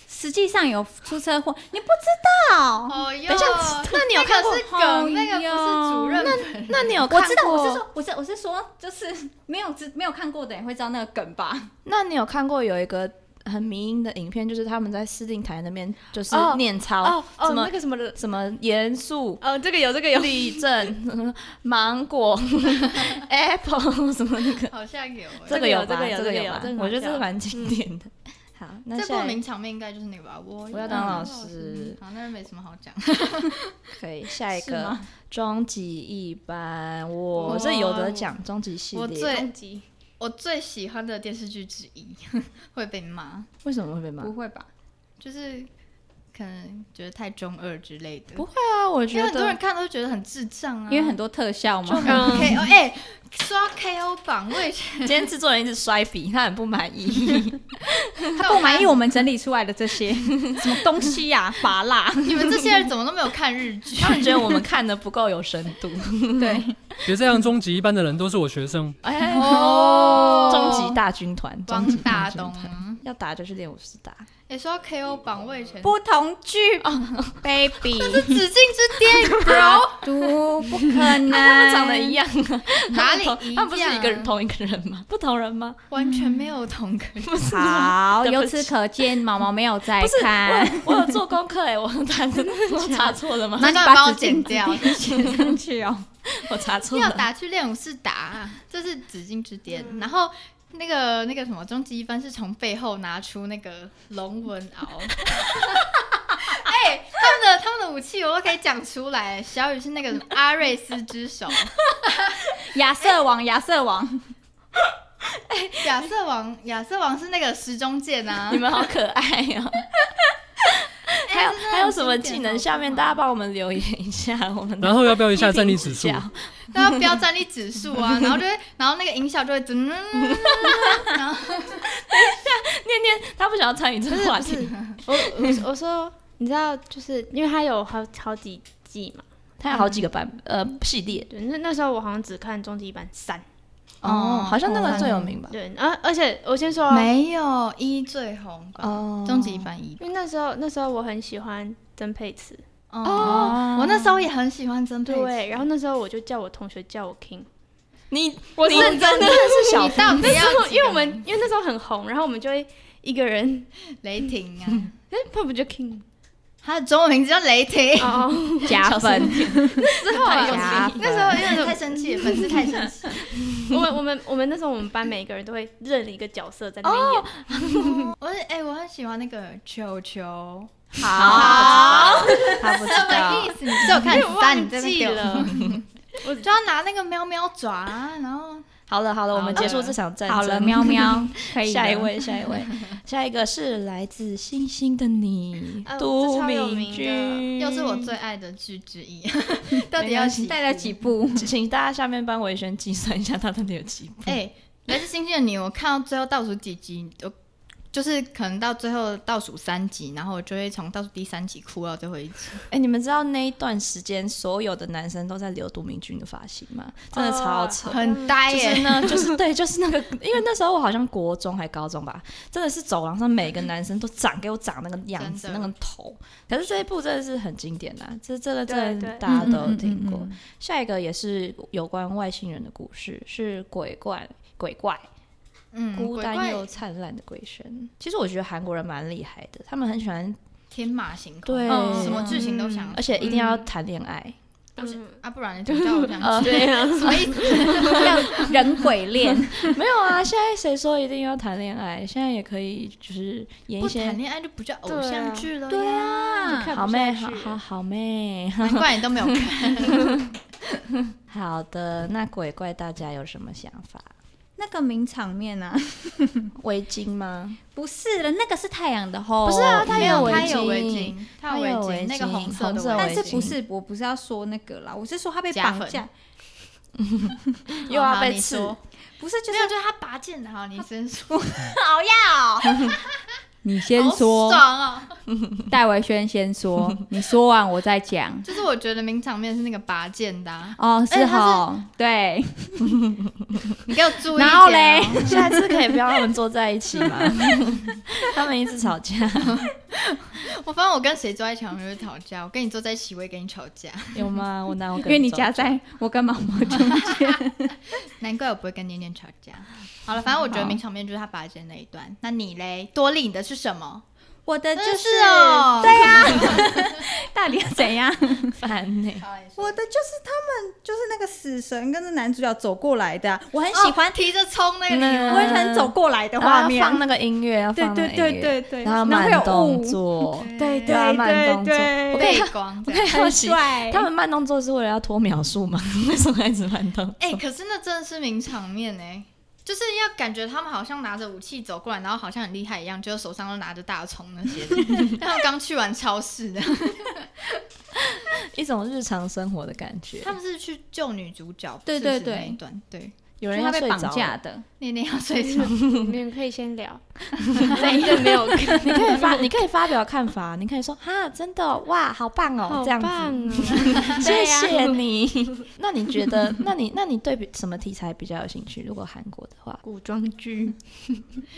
Speaker 4: 实际上有出车祸，你不知道。
Speaker 2: 哦哟，
Speaker 1: 等一下
Speaker 2: 那你有看过是
Speaker 4: 哦
Speaker 2: 梗，那个不
Speaker 4: 哟
Speaker 2: 是主任本人，
Speaker 1: 那你有
Speaker 4: 我
Speaker 1: 看
Speaker 4: 知道，
Speaker 1: 过？
Speaker 4: 我是说，我是我是说，就是没有知没有看过的人会知道那个梗吧？
Speaker 1: 那你有看过有一个很迷因的影片，就是他们在司令台那边就是
Speaker 3: 哦
Speaker 1: 念操，
Speaker 3: 哦哦，
Speaker 1: 什么
Speaker 3: 那个什么的，
Speaker 1: 什么严肃、
Speaker 3: 哦，这个有这个有，
Speaker 1: 立正、 芒果、apple 什么那 个，
Speaker 2: 好像有欸。
Speaker 1: 这
Speaker 3: 这
Speaker 1: 个
Speaker 3: 个有
Speaker 1: 吧？
Speaker 3: 这
Speaker 1: 这
Speaker 3: 个有
Speaker 1: 有吧
Speaker 3: 这个有这个很？好
Speaker 1: 我觉得这个
Speaker 3: 笑
Speaker 1: 蛮经典的。好，那
Speaker 2: 这
Speaker 1: 下
Speaker 2: 过
Speaker 1: 一
Speaker 2: 名场面应该就是那个吧？我
Speaker 1: 我要当老师
Speaker 2: 嗯好，那没什么好讲。
Speaker 1: 可以下一
Speaker 4: 是
Speaker 1: 个
Speaker 4: 吗
Speaker 1: 终极一班，我这有得讲终极系
Speaker 2: 我
Speaker 1: 列，
Speaker 2: 最
Speaker 3: 终极
Speaker 2: 我最喜欢的电视剧之一 会被骂，
Speaker 1: 为什么会被骂？
Speaker 4: 不会吧？
Speaker 2: 就是可能觉得太中二之类的。
Speaker 1: 不会啊，我
Speaker 2: 因
Speaker 1: 觉
Speaker 2: 为很多人
Speaker 1: 得
Speaker 2: 看都觉得很智障啊，
Speaker 4: 因为很多特效嘛。
Speaker 3: 嗯
Speaker 2: K O 哎、说到 K O 榜，我 以前
Speaker 1: 今天制作人一直摔笔，他很不满 意。
Speaker 2: 他
Speaker 4: 他不满意我们整理出来的这些什么东西 呀、拔蜡，
Speaker 2: 你们这些人怎么都没有看日剧？
Speaker 1: 他们觉得我们看的不够有深度。
Speaker 4: 对，
Speaker 5: 别这样，终极一般的人都是我 学生。
Speaker 1: 哎，
Speaker 2: 哦
Speaker 1: 终极大军团， 终
Speaker 2: 王
Speaker 1: 极
Speaker 2: 大
Speaker 1: 军
Speaker 2: 东
Speaker 1: 团，。要打就去练武士打。
Speaker 2: 哎、说到 K O 榜，我以前
Speaker 4: 不同剧，baby，
Speaker 2: 紫禁之 巅，bro，
Speaker 4: 毒不可能，
Speaker 1: 他们长得一样啊？
Speaker 2: 哪里
Speaker 1: 他们同
Speaker 2: 一样啊
Speaker 1: 他们不是一个人同一个人吗？不同人吗？
Speaker 2: 完全
Speaker 1: 嗯
Speaker 2: 没有 同个人。
Speaker 4: 好，
Speaker 1: 对不
Speaker 4: 由
Speaker 1: 起
Speaker 4: 此可见，毛毛没有在
Speaker 1: 不是，
Speaker 4: 看。
Speaker 1: 我有我有做功课哎，我查 我查错了吗？
Speaker 2: 那
Speaker 4: 那
Speaker 2: 你
Speaker 4: 你
Speaker 2: 帮
Speaker 4: 把
Speaker 2: 我
Speaker 4: 纸巾
Speaker 2: 剪掉，
Speaker 4: 写上去哦。
Speaker 1: 我查错
Speaker 2: 要
Speaker 1: 了。
Speaker 2: 打去练武士打，这是紫禁之巅。
Speaker 1: 嗯
Speaker 2: 然后那个那个什么，终极一番是从背后拿出那个龙纹 鳌。哎、他们的他们的武器我都可以讲出来。小雨是那个什么阿瑞斯之手，
Speaker 4: 亚瑟王，亚瑟王，
Speaker 2: 亚瑟王亚瑟王是那个时钟剑啊
Speaker 1: 你。们好可爱呀、 还有
Speaker 2: 这是很
Speaker 1: 还有什么
Speaker 2: 经
Speaker 1: 技
Speaker 2: 典的
Speaker 1: 能？
Speaker 2: 好
Speaker 1: 下面
Speaker 2: 看
Speaker 1: 大家帮我们留言一下，我们
Speaker 5: 然
Speaker 1: 后
Speaker 5: 后要不要一下战力 指数？
Speaker 2: 都要标战力指数啊，然后就会，然后那个音效就会噔，然后
Speaker 1: 念念他不想要参与这个话题，
Speaker 3: 我我我说，你知道，就是因为它有好好几季嘛，
Speaker 1: 他有好几个版呃系列
Speaker 3: 对，那那时候我好像只看终极版三，
Speaker 2: 哦
Speaker 1: 好像那个最有名吧？
Speaker 3: 对，啊而、而且我先说哦，
Speaker 2: 没有一最红吧，
Speaker 1: 哦
Speaker 2: 终极一番一
Speaker 3: 因为那时候那时候我很喜欢曾沛慈，
Speaker 2: 哦，我那时候也很喜欢曾佩慈。
Speaker 3: 对，然后那时候我就叫我同学叫我 King，
Speaker 1: 你
Speaker 3: 我
Speaker 1: 你
Speaker 3: 认真的是
Speaker 2: 你到底要
Speaker 1: 啊
Speaker 2: 几个
Speaker 3: 因为我们因为那时候很红，然后我们就会一 个人，
Speaker 2: 雷霆啊，
Speaker 3: 哎，他不就 King
Speaker 2: 他的中文名字叫雷 霆。
Speaker 3: 哦，
Speaker 4: 加分，
Speaker 2: 之后
Speaker 1: 太
Speaker 2: 啊
Speaker 1: 用力
Speaker 2: 那时候有点太生气了，粉丝太生气。
Speaker 3: 我们我们我们那时候我们班每个人都会认一个角色在那边
Speaker 1: 哦
Speaker 3: 演，
Speaker 2: 我是哎，我很喜欢那个球球，
Speaker 4: 好，
Speaker 1: 他不知
Speaker 2: 什么
Speaker 1: 道
Speaker 2: 意，思？你是有看
Speaker 3: 我
Speaker 2: 三？
Speaker 3: 忘
Speaker 2: 你真的
Speaker 3: 记
Speaker 2: 给我，
Speaker 3: 了，
Speaker 2: 我就要拿那个喵喵爪啊，然后
Speaker 1: 好了好了，我们
Speaker 2: 好
Speaker 1: 结束
Speaker 2: 了
Speaker 1: 这场战争。
Speaker 4: 好了，喵喵，可以了
Speaker 1: 下一，位，下一 位，下一个是来自星星的你
Speaker 3: 啊，
Speaker 1: 都
Speaker 3: 这超有
Speaker 1: 敏
Speaker 3: 名的
Speaker 1: 君，
Speaker 2: 又是我最爱的剧之一，到底
Speaker 1: 没
Speaker 2: 要
Speaker 1: 关系
Speaker 2: 几
Speaker 4: 带了几步，
Speaker 1: 请大家下面帮维轩计算一下他到底有几部。
Speaker 2: 哎，来自星星的你，我看到最后倒数几集，我就是可能到最后倒数三集，然后我就会从倒数第三集哭到最后一集。
Speaker 1: 哎、你们知道那一段时间所有的男生都在留杜明君的发型吗？真的超扯。
Speaker 2: 很呆
Speaker 1: 就
Speaker 2: 耶、
Speaker 1: 是呢，就是对，就是那个，因为那时候我好像国中还高中吧，真的是走廊上每个男生都长给我长那个样子，
Speaker 2: 真
Speaker 1: 那
Speaker 2: 的
Speaker 1: 个头。可是这一部真的是很经典啦，这这个
Speaker 3: 对
Speaker 1: 真的
Speaker 3: 对
Speaker 1: 大家都有听过。
Speaker 2: 嗯嗯嗯嗯
Speaker 1: 下一个也是有关外星人的故事，是鬼怪鬼怪
Speaker 2: 嗯，
Speaker 1: 孤
Speaker 2: 鬼怪
Speaker 1: 单又灿烂的鬼神。其实我觉得韩国人蛮厉害的，他们很喜欢
Speaker 2: 天马行空，嗯
Speaker 1: 对
Speaker 2: 什么剧情都想，嗯
Speaker 1: 而且一定要谈恋爱，
Speaker 2: 不行啊，不然你怎么叫我这样
Speaker 1: 呃
Speaker 2: 子？
Speaker 3: 嗯对啊，
Speaker 2: 什么意思？
Speaker 4: 嗯让人鬼恋，
Speaker 1: 没有啊，现在谁说一定要谈恋爱？现在也可以就是演一
Speaker 2: 不
Speaker 1: 些
Speaker 2: 谈恋爱就不叫偶
Speaker 3: 对啊
Speaker 2: 像剧了。
Speaker 4: 对，啊，
Speaker 3: 看
Speaker 1: 好
Speaker 3: 不
Speaker 1: 妹，
Speaker 3: 下
Speaker 1: 好
Speaker 3: 去
Speaker 1: 好好妹。
Speaker 2: 难怪你都没有看。
Speaker 1: 好的，那鬼怪大家有什么想法？
Speaker 4: 那个名场面啊，
Speaker 1: 围巾吗？
Speaker 4: 不是的，那个是太阳的吼，
Speaker 1: 不是啊他
Speaker 2: 没
Speaker 1: 有围
Speaker 2: 他有
Speaker 1: 巾
Speaker 2: 围巾，他
Speaker 1: 他有
Speaker 2: 围
Speaker 1: 围
Speaker 2: 那个
Speaker 1: 巾
Speaker 2: 红色
Speaker 1: 红
Speaker 2: 的
Speaker 1: 色
Speaker 4: 但
Speaker 2: 围
Speaker 4: 是
Speaker 2: 巾。
Speaker 4: 不是我不是要说那个啦，我是说他被
Speaker 2: 加
Speaker 4: 绑
Speaker 2: 分
Speaker 4: 架，
Speaker 2: 哦
Speaker 1: 又要
Speaker 2: 好
Speaker 1: 被
Speaker 2: 你
Speaker 1: 刺
Speaker 2: 说
Speaker 4: 不是就
Speaker 2: 没
Speaker 4: 是
Speaker 2: 有，就是他拔剑的，好，你先说。
Speaker 4: 好要，你先
Speaker 2: 好
Speaker 4: 说，
Speaker 2: 爽哦！
Speaker 4: 戴维轩先 说，你说完我再讲。
Speaker 2: 就是我觉得名场面是那个拔剑的啊，
Speaker 4: 哦，
Speaker 2: 哎
Speaker 4: 是吼，对，
Speaker 2: 你给我注意一点哦。
Speaker 4: 然后嘞
Speaker 1: 下次可以不要他们坐在一起吗？ 他们一直吵架，
Speaker 2: 我发现我跟谁坐在一起，我们就会吵架。我跟你坐在一起，我也跟你吵架。
Speaker 1: 有吗？我哪有跟？
Speaker 4: 因为你夹在我跟毛毛中间。
Speaker 2: 难怪我不会跟念念吵架。好了，反正我觉得名场面就是他拔剑那一段。那你嘞，多利你的是什么？
Speaker 4: 我的就
Speaker 2: 真是哦，
Speaker 4: 对啊呀、 到底要怎样？
Speaker 1: 烦欸呢、
Speaker 4: 我的就是他们，就是那个死神跟着男主角走过来的啊、我很
Speaker 2: 很
Speaker 4: 喜欢，
Speaker 2: 提着冲那个礼物
Speaker 1: 嗯
Speaker 4: 我很喜欢走过来的
Speaker 1: 然
Speaker 4: 画
Speaker 1: 后
Speaker 4: 面
Speaker 1: 要。哦放那个音乐，要
Speaker 4: 对
Speaker 1: 放
Speaker 4: 对
Speaker 1: 那个音乐，
Speaker 4: 对对对，
Speaker 1: 然后
Speaker 4: 会
Speaker 1: 慢
Speaker 4: 有
Speaker 1: 动
Speaker 4: 雾，
Speaker 1: 作，
Speaker 4: 对
Speaker 1: 对要
Speaker 4: 对
Speaker 1: 慢
Speaker 4: 对
Speaker 1: 动作
Speaker 4: 对，啊
Speaker 1: 我可以
Speaker 2: 背光这
Speaker 1: 我可
Speaker 2: 样。
Speaker 1: 以好
Speaker 4: 很
Speaker 1: 奇，
Speaker 4: 帅。
Speaker 1: 他们慢动作是为了要拖秒数吗？ 为什么一直慢动作？
Speaker 2: 哎、可是那真的是名场面哎、就是要感觉他们好像拿着武器走过来，然后好像很厉害一样，就是手上都拿着大葱那 些的。他们刚去完超市的，
Speaker 1: 一种日常生活的感觉。
Speaker 2: 他们是去救女主角，
Speaker 4: 对
Speaker 2: 是不
Speaker 4: 对
Speaker 2: 是
Speaker 4: 对
Speaker 2: 那一段对，
Speaker 4: 就
Speaker 1: 有人
Speaker 4: 是他
Speaker 1: 要
Speaker 4: 被
Speaker 1: 睡
Speaker 4: 绑
Speaker 1: 着
Speaker 4: 架
Speaker 1: 了，
Speaker 4: 的，
Speaker 2: 念念要睡着。
Speaker 3: 你们可以先 聊，那一个没有看，
Speaker 1: 你可以发，你可以发表看法，你可以说哈，真的哦哇，好棒哦，
Speaker 3: 好
Speaker 1: 这样
Speaker 3: 棒
Speaker 1: 子，
Speaker 3: 哦，
Speaker 1: 谢
Speaker 3: 对呀啊
Speaker 1: 谢你。 那你觉 得，那你那你对比什么题材比较有兴趣？如果韩国的话，
Speaker 3: 古装剧，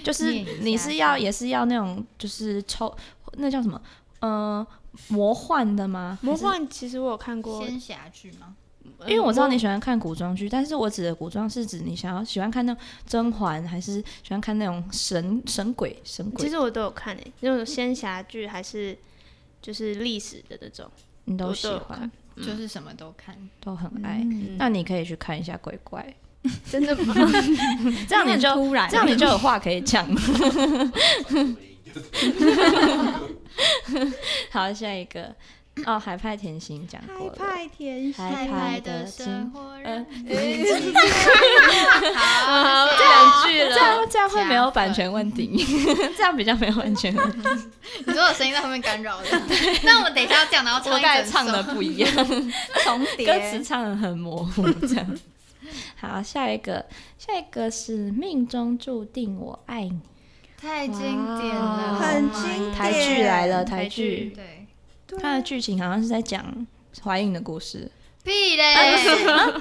Speaker 1: 就是
Speaker 2: 念一下
Speaker 1: 你是要也是要那种就是抽那叫什么？呃，魔幻的吗？
Speaker 3: 魔
Speaker 1: 还是
Speaker 3: 幻其实我有看过，嗯
Speaker 2: 仙侠剧吗？
Speaker 1: 因为我知道你喜欢看古装剧，但是我指的古装是指你想要喜欢看那种甄嬛，还是喜欢看那种神神鬼神鬼？
Speaker 3: 其实我都有看诶、那种仙侠剧还是就是历史的那种，
Speaker 1: 你都
Speaker 3: 我
Speaker 1: 喜
Speaker 3: 都有
Speaker 1: 欢
Speaker 3: 看，
Speaker 2: 就是什么都看，
Speaker 1: 都很爱。
Speaker 4: 嗯
Speaker 1: 那你可以去看一下《鬼怪
Speaker 3: 真的吗？》，
Speaker 1: 这样你
Speaker 4: 有点
Speaker 1: 就
Speaker 4: 突然，
Speaker 1: 这样你就有话可以 讲。好，下一个哦，海派甜心讲过了，
Speaker 4: 甜
Speaker 1: 海派的心。
Speaker 2: 活
Speaker 1: 呃，哎
Speaker 2: 好，
Speaker 1: 这两句了，这样这样会没有
Speaker 2: 加
Speaker 1: 版
Speaker 2: 分
Speaker 1: 权问题， 这样比较没有版权问题。
Speaker 2: 你说我声音在后面干 扰了。那我们等一下要讲，然后
Speaker 1: 我
Speaker 2: 唱
Speaker 1: 刚
Speaker 2: 一
Speaker 1: 才
Speaker 2: 整
Speaker 1: 唱的
Speaker 2: 首
Speaker 1: 不一样，
Speaker 4: 重叠
Speaker 1: 歌词唱的很模糊，这样。好，下一个，下一个是命中注定我爱你，
Speaker 2: 太经典了，
Speaker 1: 哇
Speaker 4: 很
Speaker 2: Oh my
Speaker 4: 经典
Speaker 1: 台剧来了，台
Speaker 3: 剧
Speaker 1: 剧，
Speaker 2: 对，
Speaker 1: 它的剧情好像是在讲怀孕的故事，
Speaker 2: 屁嘞，
Speaker 4: 哎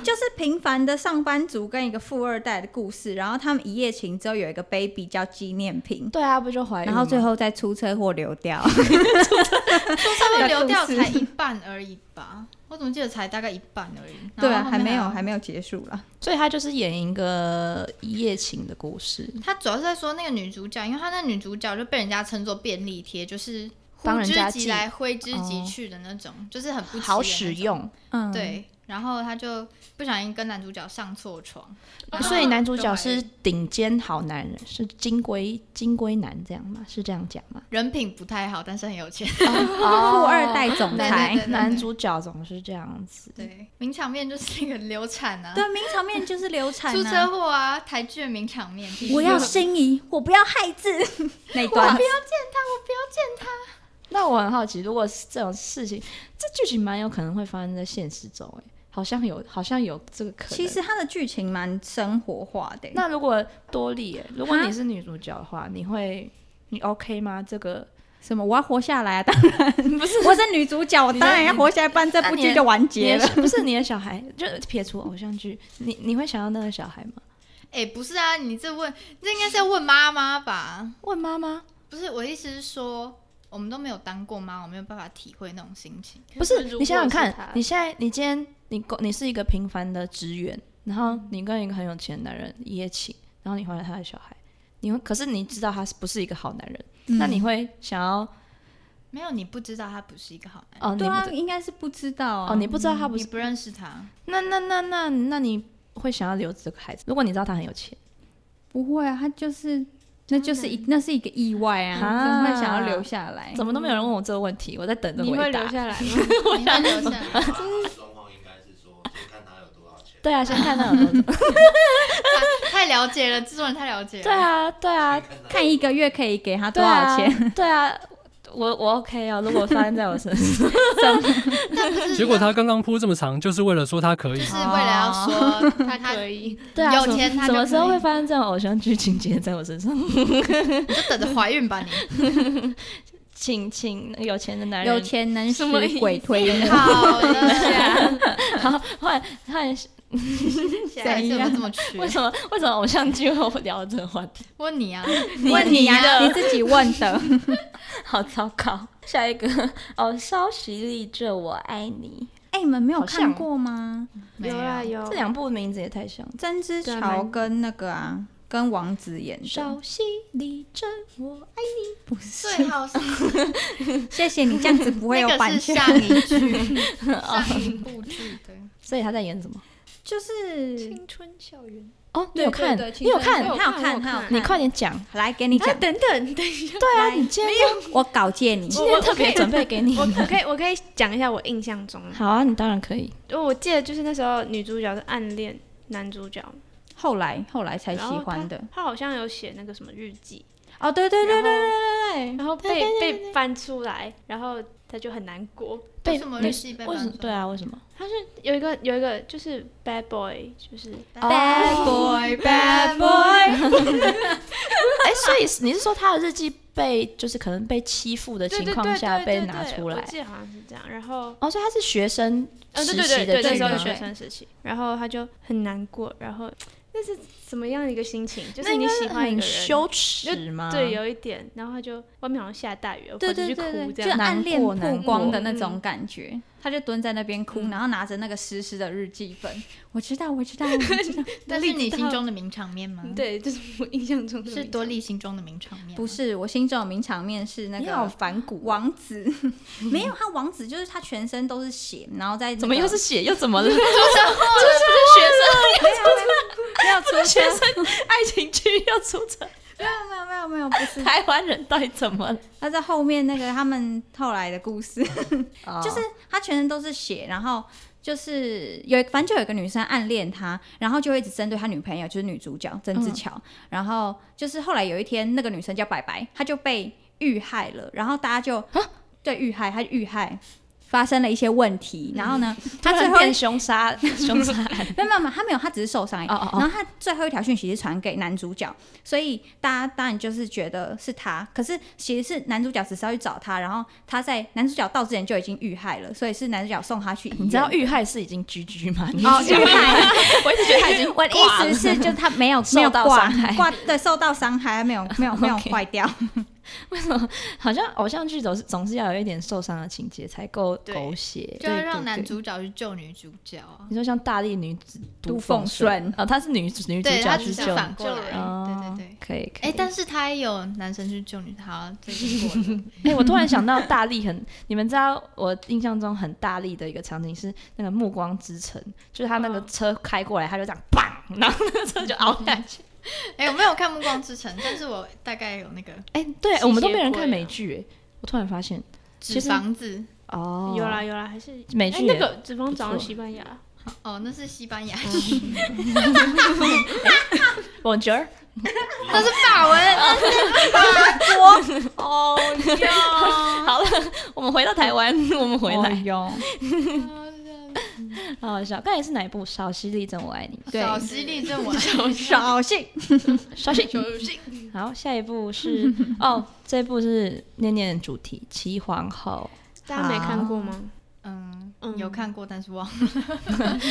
Speaker 4: 就是平凡的上班族跟一个富二代的故事，然后他们一夜情之后有一个 baby 叫纪念品，
Speaker 1: 对啊，不就怀孕
Speaker 4: 然
Speaker 1: 吗？
Speaker 4: 后最后再出车祸流掉。
Speaker 2: 稍 微流掉才一半而已吧。我怎么记得才大概一半而已？
Speaker 4: 对
Speaker 2: 然
Speaker 4: 啊，
Speaker 2: 后后
Speaker 4: 还
Speaker 2: 面
Speaker 4: 没有，
Speaker 2: 还
Speaker 4: 还没有结束啦。
Speaker 1: 所以他就是演一个一夜情的故事，
Speaker 2: 他主要是在说那个女主角，因为她那女主角就被人家称作便利贴，就是呼
Speaker 1: 帮人
Speaker 2: 之
Speaker 1: 家
Speaker 2: 即
Speaker 1: 寄
Speaker 2: 来挥之即
Speaker 1: 哦
Speaker 2: 去的那种，就是很不起
Speaker 1: 好
Speaker 2: 眼那
Speaker 1: 使
Speaker 2: 种。
Speaker 1: 用。
Speaker 4: 嗯，，
Speaker 2: 对，然后她就不小心跟男主角上错床，然后
Speaker 1: 所以男主角
Speaker 2: 就怀
Speaker 1: 是
Speaker 2: 孕
Speaker 1: 顶尖好男人，是金龟金龟男这样吗？是这样讲吗？
Speaker 2: 人品不太好，但是很有钱。
Speaker 4: 富二
Speaker 1: 哦
Speaker 4: 代总
Speaker 2: 对
Speaker 4: 裁
Speaker 2: 对。对
Speaker 1: 男主角总是这样子。
Speaker 2: 对，名场面就是一个流产啊，
Speaker 4: 对，名场面就是流产、
Speaker 2: 出
Speaker 4: 啊
Speaker 2: 车。祸啊，台剧的名场面。
Speaker 4: 我要心仪，我不要害字 那一段。
Speaker 1: 那我很好奇，如果是这种事情，这剧情蛮有可能会发生在现实中、欸，好像有，好像有这个可能。
Speaker 4: 其实，它的剧情蛮生活化的、
Speaker 1: 那如果多莉、欸，如果你是女主角的话，你会你 OK 吗？这个
Speaker 4: 什么？我要活下来啊！当然不是，我是女主角，我当然要啊活下来，不然这 部剧就完
Speaker 1: 你
Speaker 4: 结
Speaker 1: 的
Speaker 4: 了。
Speaker 1: 不是你的小孩，就撇除偶像剧，你你会想要那个小孩吗？
Speaker 2: 哎、不是啊，你这问，这应该是要问妈妈吧？
Speaker 1: 问妈妈，
Speaker 2: 不是，我的意思是说，我们都没有当过妈，我没有办法体会那种心情。
Speaker 1: 不
Speaker 3: 可
Speaker 1: 是
Speaker 3: 是如
Speaker 1: 你想想
Speaker 3: 果是
Speaker 1: 看
Speaker 3: 他，
Speaker 1: 你现在你今天你工你是一个平凡的职员，然后你跟一个很有钱的男人一夜情，然后你怀了
Speaker 4: 嗯
Speaker 1: 他的小孩，你会可是你知道他是不是一个好男人，那你会想要
Speaker 2: 没有，你不知道他不是一个好男人，
Speaker 1: 哦，你
Speaker 4: 对
Speaker 1: 不
Speaker 4: 啊，
Speaker 1: 知
Speaker 4: 应该是不知道啊。
Speaker 1: 哦，你不知道他不
Speaker 2: 你
Speaker 1: 是
Speaker 2: 不认识他，
Speaker 1: 那那那那那你会想要留这个孩子？如果你知道他很有钱，
Speaker 4: 不会啊，他就是，那就是一那是一个意外啊，
Speaker 1: 啊
Speaker 4: 怎么会想要留下来？
Speaker 1: 怎么都没有人问我这个问题，我在等着
Speaker 3: 你会
Speaker 1: 回
Speaker 3: 留
Speaker 1: 答。
Speaker 3: 下来吗？
Speaker 2: 你会留下来，
Speaker 6: 状况应该是说，先看他有多少钱，
Speaker 1: 对啊，先看他有多少。
Speaker 2: 太了解了，制作人太了解了。
Speaker 1: 对啊，对 啊，
Speaker 6: 先看他
Speaker 4: 看一个月可以给 他
Speaker 1: 对
Speaker 4: 多少
Speaker 1: 啊
Speaker 4: 钱？，
Speaker 1: 对啊，我我 OK 哦。如果发生在我身上，
Speaker 2: 但不是
Speaker 5: 结果他刚刚铺这么长，就是为了说他可以
Speaker 2: 就。是为了要说他他
Speaker 3: 可以，
Speaker 1: 对啊，
Speaker 2: 有
Speaker 1: 什么
Speaker 2: 钱他
Speaker 1: 什
Speaker 2: 就
Speaker 1: 么时候
Speaker 2: 可以
Speaker 1: 会发生这种偶像剧情节在我身上？
Speaker 2: 你就等着怀孕吧你。
Speaker 1: 请请有钱的男 人，
Speaker 4: 有钱能使
Speaker 3: 什么意思
Speaker 4: 鬼推 的那种。
Speaker 2: 好了，
Speaker 1: 后来后来
Speaker 2: 下一次我们这么缺
Speaker 1: 为？什么为什么偶像剧会聊这个话题？
Speaker 2: 问你啊，
Speaker 4: 问你啊， 你自己问的。
Speaker 1: 好糟糕。下一个哦，稍息立正，我爱你。
Speaker 4: 哎，你们没有
Speaker 1: 好像
Speaker 4: 看过吗？
Speaker 2: 没有
Speaker 3: 啦有
Speaker 1: 这，两部名字也太像了。
Speaker 4: 曾之
Speaker 3: 对啊
Speaker 4: 乔
Speaker 3: 蛮
Speaker 4: 跟那个啊，跟王子演的。
Speaker 1: 稍息立正，我爱
Speaker 4: 不是，
Speaker 2: 最好是
Speaker 4: 谢谢你，这样子不会有
Speaker 2: 那个
Speaker 4: 版
Speaker 2: 是
Speaker 4: 权。
Speaker 2: 上一句，上一部剧的。
Speaker 1: 所以他在演什么？
Speaker 4: 就是
Speaker 3: 春校园，
Speaker 1: 哦，你
Speaker 4: 对
Speaker 1: 有看？
Speaker 4: 对对
Speaker 1: 你有
Speaker 4: 青春
Speaker 1: 看
Speaker 4: 我？有看我有看
Speaker 1: 你快点讲！
Speaker 4: 来给你
Speaker 3: 啊
Speaker 4: 讲，
Speaker 3: 等等等一 下，
Speaker 1: 对啊，你今天
Speaker 4: 我稿借 你。
Speaker 1: 今天特别
Speaker 3: 我
Speaker 1: 准备给你
Speaker 3: 我。我可以我可以讲一下我印象中 的，
Speaker 1: 好啊，你当然可以。
Speaker 3: 就我记得就是那时候女主角是暗恋男主角，
Speaker 4: 后来后来才喜
Speaker 3: 然后
Speaker 4: 欢的。
Speaker 3: 他好像有写那个什么日记，
Speaker 4: 哦，对对对对对对嗯对。
Speaker 3: 然后被被翻出来，然后他就很难过。
Speaker 2: 为
Speaker 1: 被
Speaker 2: 什么
Speaker 1: 你
Speaker 2: 日系被
Speaker 1: 为什么
Speaker 2: 搬？出
Speaker 1: 对啊，为 什么？
Speaker 3: 他是有一个有一个就是 bad boy，就是
Speaker 1: 哦
Speaker 4: Bad boy, bad boy。
Speaker 1: 哎，所以你是说他的日记被就是可能被欺负的
Speaker 3: 对
Speaker 1: 情
Speaker 3: 对
Speaker 1: 况
Speaker 3: 对
Speaker 1: 下
Speaker 3: 对
Speaker 1: 被
Speaker 3: 对
Speaker 1: 拿
Speaker 3: 对
Speaker 1: 出来
Speaker 3: 我？记得好像是这样。然后，
Speaker 1: 哦，所以他是学生
Speaker 3: 呃，对
Speaker 1: 实
Speaker 3: 对
Speaker 1: 习
Speaker 3: 对
Speaker 1: 的
Speaker 3: 对，那
Speaker 1: 剧
Speaker 3: 时候
Speaker 1: 吗
Speaker 3: 是？学生时期，然后他就很难过，然后那是怎么样的一个心情？就
Speaker 1: 那
Speaker 3: 是
Speaker 1: 应
Speaker 3: 你
Speaker 1: 该
Speaker 3: 喜欢一个
Speaker 1: 很
Speaker 3: 人，
Speaker 1: 羞耻吗？
Speaker 3: 对，有一点，然后他就外面好像下大雨，我
Speaker 4: 啊对
Speaker 3: 跑出
Speaker 4: 对
Speaker 3: 去
Speaker 4: 对
Speaker 3: 哭
Speaker 4: 对，
Speaker 3: 这
Speaker 4: 就
Speaker 3: 样。
Speaker 4: 暗恋
Speaker 1: 难
Speaker 4: 曝
Speaker 1: 过
Speaker 4: 光的那种感觉，他就蹲在那边哭，然后拿着那个湿湿的日记本，我知道，我知道，我知道，
Speaker 2: 但是你心中的名场面吗？，
Speaker 3: 嗯对， 就是我印象中的
Speaker 2: 是
Speaker 3: 名
Speaker 2: 多
Speaker 3: 字
Speaker 2: 莉心中的名场面吗。
Speaker 4: 不 是 我心中的名场面是那
Speaker 1: 你好
Speaker 4: 个
Speaker 1: 反骨。
Speaker 4: 王子， 没有他王子就是他全身都是血，然后在那个
Speaker 1: 怎么又是血？又怎 么了？ 就是
Speaker 3: 啊
Speaker 4: 没有没有没有出
Speaker 1: 学
Speaker 4: 车
Speaker 3: 啊
Speaker 1: 生爱情剧又出 成
Speaker 4: 没有没有没有没有不是，
Speaker 1: 台湾人到底怎么了？
Speaker 4: 他在后面那个他们后来的故 事，
Speaker 1: 哦
Speaker 4: 就是他全身都是血，然后就是有反正就有一个女生暗恋他，然后就会一直针对他女朋友，就是女主角曾之乔。
Speaker 1: 嗯
Speaker 4: 然后就是后来有一天，那个女生叫白白，她就被遇害了，然后大家就
Speaker 1: 啊
Speaker 4: 对遇害，她遇害发生了一些问题，然后呢，她
Speaker 1: 突
Speaker 4: 最
Speaker 1: 然
Speaker 4: 后
Speaker 1: 变凶杀 凶杀案。
Speaker 4: 没有没有没有，他没有，他只是受伤而已。
Speaker 1: 哦哦
Speaker 4: 然
Speaker 1: 哦
Speaker 4: 后他最后一条讯息是传给男主角，所以大家当然就是觉得是他，可是其实是男主角只是要去找他，然后他在男主角到之前就已经遇害了，所以是男主角送他去医院。
Speaker 1: 你知 道遇害是已经居居吗？你
Speaker 4: 哦，
Speaker 1: 是
Speaker 4: 遇
Speaker 1: 讲
Speaker 4: 害，
Speaker 1: 我一直觉得他已经
Speaker 4: 我的
Speaker 1: 挂
Speaker 4: 意思
Speaker 1: 了
Speaker 4: 是，就是他没有
Speaker 1: 受
Speaker 4: 没有
Speaker 1: 到
Speaker 4: 挂
Speaker 1: 伤害
Speaker 4: 挂，对，受到伤害，没有没有 没有
Speaker 1: OK
Speaker 4: 坏掉。
Speaker 1: 好像偶像剧总是总是要有一点受伤的情节才够
Speaker 2: 对
Speaker 1: 狗血。
Speaker 2: 就要让
Speaker 1: 对
Speaker 2: 男。
Speaker 1: 对对
Speaker 2: 主角去救女主角啊。
Speaker 1: 你说像大力女子
Speaker 4: 都
Speaker 1: 凤
Speaker 4: 奉顺
Speaker 1: 哦，她是女女主
Speaker 2: 对，
Speaker 1: 角
Speaker 2: 他
Speaker 1: 去
Speaker 2: 只
Speaker 1: 救
Speaker 2: 是
Speaker 1: 你，
Speaker 2: 反过来。
Speaker 1: 哦
Speaker 2: 对对对。
Speaker 1: 可以可以。
Speaker 2: 哎，但是他也有男生去救女，好，这个过了。
Speaker 1: 哎、我突然想到大力很，你们知道我印象中很大力的一个场景是那个《暮光之城》，就是他那
Speaker 2: 嗯
Speaker 1: 个车开过来，他就这样砰，然后那个车就凹下 去。
Speaker 2: 哎，我没有看《暮光之城》，但是我大概有那个
Speaker 1: 哎、对
Speaker 2: 吸血
Speaker 1: 我们都没有人
Speaker 2: 鬼
Speaker 1: 看
Speaker 2: 啊
Speaker 1: 美剧、哎，我突然发现其
Speaker 2: 纸
Speaker 1: 实
Speaker 2: 房子。
Speaker 1: 哦，
Speaker 3: 有啦有啦，还是
Speaker 1: 美
Speaker 3: 哎
Speaker 1: 剧
Speaker 3: 那
Speaker 1: 也
Speaker 3: 个《指缝找到
Speaker 1: 错
Speaker 3: 西班牙
Speaker 2: 哦，那是西班牙语，
Speaker 1: 我觉得
Speaker 2: 那是法文。
Speaker 1: 哦， 好了，我们回到台 湾，我们回
Speaker 3: 哦
Speaker 1: 来，
Speaker 4: 哟，
Speaker 1: 好好笑。刚才是哪一部？《少息立正，我爱你
Speaker 4: 对
Speaker 2: 小西利正文，
Speaker 4: 扫兴。》。
Speaker 1: 少息，好，下一部 是哦，这部是念念主题《齐皇后》。
Speaker 3: 大家没看过吗？
Speaker 2: 嗯，
Speaker 3: 嗯
Speaker 2: 有看过，但是忘了。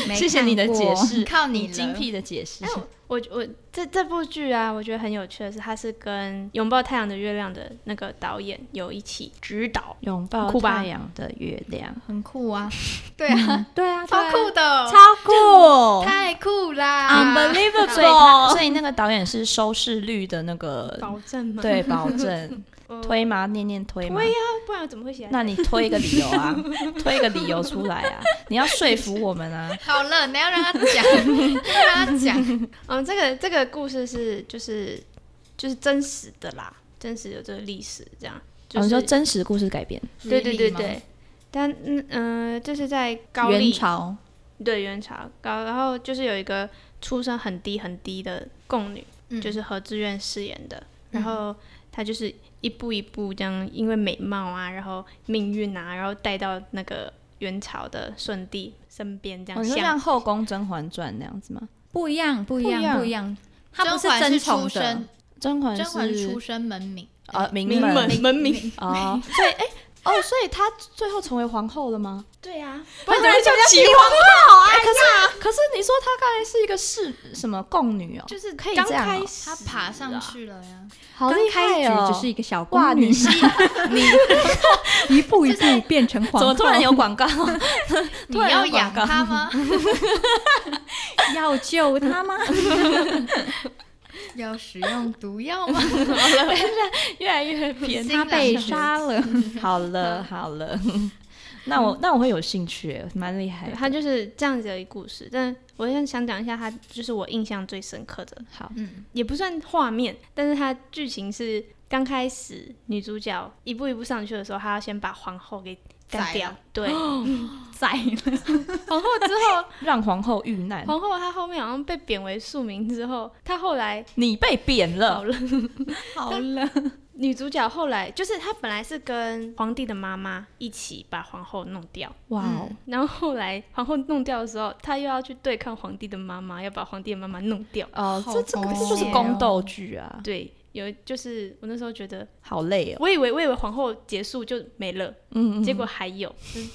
Speaker 4: 没
Speaker 1: 谢谢你的
Speaker 4: 看过
Speaker 1: 解，释，
Speaker 2: 靠你
Speaker 1: 你
Speaker 2: 了
Speaker 1: 精辟的解释
Speaker 3: 哎。我我这这部剧啊，我觉得很有趣的是，它是跟《拥抱太阳的月亮》的那个导演有一起指导。
Speaker 1: 拥抱
Speaker 3: 酷吧
Speaker 1: 太阳的月亮，
Speaker 2: 很酷啊，对
Speaker 3: 嗯
Speaker 2: 啊，
Speaker 4: 对啊，
Speaker 2: 超酷的，
Speaker 4: 超酷。
Speaker 2: 太酷
Speaker 1: 啊
Speaker 2: 啦
Speaker 3: 啊
Speaker 4: Unbelievable！
Speaker 1: 所以他所以那个导演是收视率的那个
Speaker 3: 保证吗？
Speaker 1: 对保证，
Speaker 3: 呃
Speaker 1: 推吗？念念推吗？
Speaker 3: 推呀、不然我怎么会写在这
Speaker 1: 那
Speaker 3: 里？
Speaker 1: 你推一个理由啊，推一个理由出来啊！你要说服我们啊！
Speaker 2: 好了，你要让他讲，要让他讲。
Speaker 3: 嗯，这个这个故事是就是就是真实的啦，真实有这个历史这样。
Speaker 1: 我
Speaker 3: 就
Speaker 1: 们
Speaker 3: 是、
Speaker 1: 哦说真实故事改编，
Speaker 3: 对对对
Speaker 2: 吗
Speaker 3: 对，但嗯嗯、呃就是在高
Speaker 4: 元
Speaker 3: 丽
Speaker 4: 朝
Speaker 3: 对元朝高，然后就是有一个出身很低很低的贡女，
Speaker 2: 嗯
Speaker 3: 就是何志远饰演的，然后她就是一步一步这样，因为美貌啊，然后命运啊，然后带到那个元朝的舜帝身边这
Speaker 1: 哦
Speaker 3: 样
Speaker 1: 你说
Speaker 3: 相
Speaker 1: 像《后宫甄嬛传》那样子吗？
Speaker 4: 不一样，不一
Speaker 1: 不一样
Speaker 4: 样，不一样。他不
Speaker 2: 甄嬛
Speaker 4: 争
Speaker 2: 是
Speaker 4: 宠
Speaker 2: 出
Speaker 4: 的
Speaker 2: 身，，
Speaker 1: 甄嬛
Speaker 2: 甄嬛是
Speaker 1: 是
Speaker 2: 出身门楣，
Speaker 1: 呃名
Speaker 3: 名
Speaker 1: 门
Speaker 3: 门门名，
Speaker 1: 哦， 所以哎哦，所以她最后成为皇后了吗？
Speaker 3: 对啊，
Speaker 1: 不然叫齐皇后 啊！可是可是你说她刚才是一个是什么宫女哦，
Speaker 3: 就是可以
Speaker 1: 刚
Speaker 3: 这样
Speaker 1: 开
Speaker 3: 哦
Speaker 2: 她爬上去了呀。
Speaker 1: 好
Speaker 4: 刚
Speaker 1: 厉
Speaker 4: 开
Speaker 1: 害
Speaker 4: 局
Speaker 1: 哦！
Speaker 4: 只是一个小
Speaker 1: 哇，
Speaker 4: 宫
Speaker 1: 你
Speaker 4: 女，
Speaker 1: 是
Speaker 4: 一步一步变成皇
Speaker 1: 怎
Speaker 4: 后
Speaker 1: 么。突然有广告？
Speaker 2: 你
Speaker 1: 突然有
Speaker 2: 要养
Speaker 1: 广告
Speaker 2: 她吗？
Speaker 4: 要救他吗？
Speaker 2: 要使用毒 药吗？
Speaker 1: 越来越偏。
Speaker 4: 他被杀 了。
Speaker 1: 好了好了， 那我那我会有兴趣耶，蛮厉害
Speaker 3: 对
Speaker 1: 的。
Speaker 3: 他就是这样子的一个故事，但我现在想讲一下，他就是我印象最深刻的，
Speaker 1: 好，
Speaker 2: 嗯，
Speaker 3: 也不算画面，但是它剧情是刚开始女主角一步一步上去的时候，她要先把皇后给干
Speaker 2: 宰
Speaker 3: 掉
Speaker 2: 了，
Speaker 3: 对，
Speaker 4: 宰了，
Speaker 3: 皇后之后，
Speaker 1: 让皇后遇难，
Speaker 3: 皇后她后面好像被贬为庶民之后，她后来
Speaker 1: 你被贬了
Speaker 3: 好。了，
Speaker 4: 好 了，
Speaker 3: 女主角后来就是她本来是跟皇帝的妈妈一起把皇后弄掉，
Speaker 1: 哇哦！
Speaker 2: 嗯
Speaker 3: 然后后来皇后弄掉的时候，她又要去对抗皇帝的妈妈，要把皇帝的妈妈弄掉，
Speaker 1: 哦，
Speaker 2: 好
Speaker 1: 这这个
Speaker 2: 狗
Speaker 1: 这就是
Speaker 2: 血
Speaker 1: 宫
Speaker 2: 哦
Speaker 1: 斗剧啊，
Speaker 3: 对。有就是我那时候觉得，
Speaker 1: 好累哦。
Speaker 3: 我以为我以为皇后结束就没了，
Speaker 1: 嗯，嗯
Speaker 3: 结
Speaker 1: 嗯
Speaker 3: 果还有，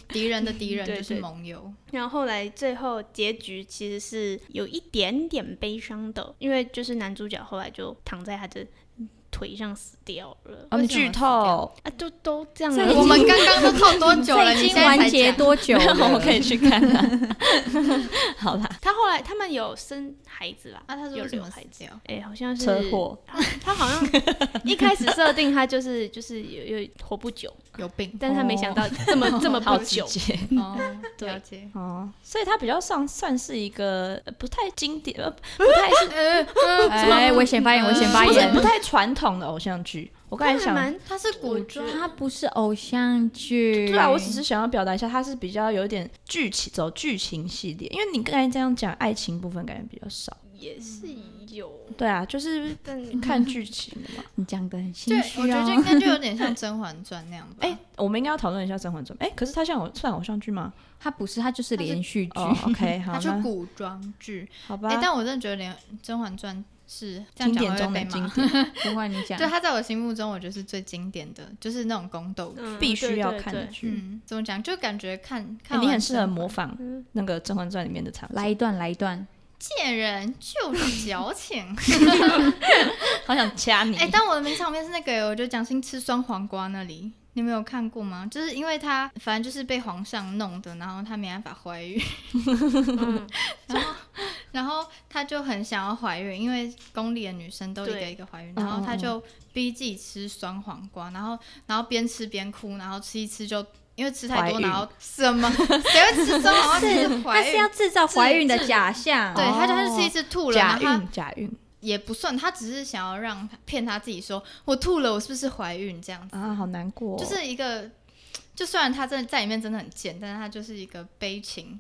Speaker 2: 敌人的 敌人
Speaker 3: 对
Speaker 2: 就是
Speaker 3: 对
Speaker 2: 盟友。
Speaker 3: 然后后来最后结局其实是有一点点悲伤的，因为就是男主角后来就躺在他的腿上死掉了
Speaker 1: 哦，你剧透，
Speaker 3: 啊，都都这样
Speaker 1: 这
Speaker 3: 了，
Speaker 2: 我们刚刚都透多久 了？
Speaker 4: 这
Speaker 2: 你
Speaker 4: 已
Speaker 2: 现
Speaker 4: 经
Speaker 2: 在才
Speaker 4: 完结
Speaker 2: 讲
Speaker 4: 多久
Speaker 1: 没有
Speaker 4: 了？
Speaker 1: 我们可以去看啊。好啦，
Speaker 3: 他后来他们有生孩子啦，
Speaker 2: 啊？他是
Speaker 3: 有
Speaker 2: 为什
Speaker 3: 留
Speaker 2: 么死
Speaker 3: 孩子，
Speaker 2: 掉？
Speaker 3: 哎、好像是
Speaker 1: 车祸，
Speaker 3: 啊他 好像一开始设定他就是就是有有活不久，
Speaker 2: 有 病
Speaker 3: 但是他没想到这么、这么
Speaker 1: 好
Speaker 3: 不
Speaker 1: 直
Speaker 3: 久，
Speaker 1: 接
Speaker 2: 哦，
Speaker 3: 对
Speaker 2: 了解。
Speaker 1: 哦，所以它比较上算是一个呃不太经典，呃不太是
Speaker 2: 呃，
Speaker 4: 哎，危险发言，危险发
Speaker 2: 嗯
Speaker 1: 不是
Speaker 4: 言
Speaker 1: 不。太传统的偶像剧。我刚才
Speaker 3: 还
Speaker 1: 想，
Speaker 3: 啊蛮
Speaker 2: 他是古装，
Speaker 4: 它不是偶像剧，
Speaker 1: 对啊，我只是想要表达一下，它是比较有点剧情走剧情系列，因为你刚才这样讲爱情部分感觉比较少。
Speaker 3: 也是
Speaker 2: 嗯
Speaker 3: 有，
Speaker 1: 对啊，就是
Speaker 3: 但
Speaker 1: 看剧情的 嘛。
Speaker 4: 你讲的很
Speaker 2: 对
Speaker 4: 心，
Speaker 2: 我
Speaker 4: 虚
Speaker 2: 觉得这
Speaker 4: 哦
Speaker 2: 应。该就有点像《甄嬛传》那样吧。
Speaker 1: 哎，我们应该要讨论一下《甄嬛传》。哎，可是它像偶算偶像剧吗？
Speaker 4: 它不是，它就是连续剧。
Speaker 1: 哦，OK，好，
Speaker 2: 它就
Speaker 1: 那
Speaker 2: 古装剧，
Speaker 1: 好吧
Speaker 2: 哎，。但我真的觉得连《甄嬛传》是这样
Speaker 1: 经
Speaker 2: 讲
Speaker 1: 典
Speaker 2: 我
Speaker 1: 中
Speaker 2: 会
Speaker 1: 的
Speaker 2: 被
Speaker 1: 经
Speaker 2: 骂。
Speaker 1: 典，
Speaker 4: 不会，你讲
Speaker 2: 对，它在我心目中，我觉得是最经典的，就是那种宫斗剧。
Speaker 3: 嗯
Speaker 1: 必须要
Speaker 3: 对
Speaker 1: 看
Speaker 3: 对
Speaker 1: 的
Speaker 3: 对
Speaker 1: 剧。
Speaker 2: 嗯，怎么讲？就感觉看
Speaker 1: 哎
Speaker 2: 看完
Speaker 1: 你很适合
Speaker 2: 甄嬛
Speaker 1: 模仿
Speaker 3: 嗯
Speaker 1: 那个《甄嬛传》里面的场景，
Speaker 4: 来一段，来一段。
Speaker 2: 贱人就是矫 情。
Speaker 1: 好想掐你。
Speaker 2: 哎、但我的名场面是那个，我觉得蒋欣吃酸黄瓜那里，你们有看过吗？就是因为她反正就是被皇上弄的，然后她没办法怀孕，
Speaker 3: 嗯
Speaker 2: 然后然后她就很想要怀孕，因为宫里的女生都一个
Speaker 3: 对
Speaker 2: 一个怀孕，
Speaker 1: 嗯
Speaker 2: 然后她
Speaker 1: 嗯嗯
Speaker 2: 就逼自己吃酸黄瓜，然后然后边吃边哭，然后吃一吃就。因为吃太
Speaker 1: 怀
Speaker 2: 多，
Speaker 1: 孕
Speaker 2: 然后什么谁会吃酸黄瓜？是
Speaker 4: 它
Speaker 2: 怀
Speaker 4: 是
Speaker 2: 孕
Speaker 4: 要，制造怀孕的假象。哦
Speaker 2: 对，她就她就吃一吃吐了，然
Speaker 1: 假
Speaker 2: 后她
Speaker 1: 孕，假孕
Speaker 2: 也不算，她只是想要让骗她自己说，我吐了，我是不是怀孕这样子？
Speaker 1: 啊，好难过哦。
Speaker 2: 就是一个，就虽然他真的在里面真的很贱，但是他就是一个悲情，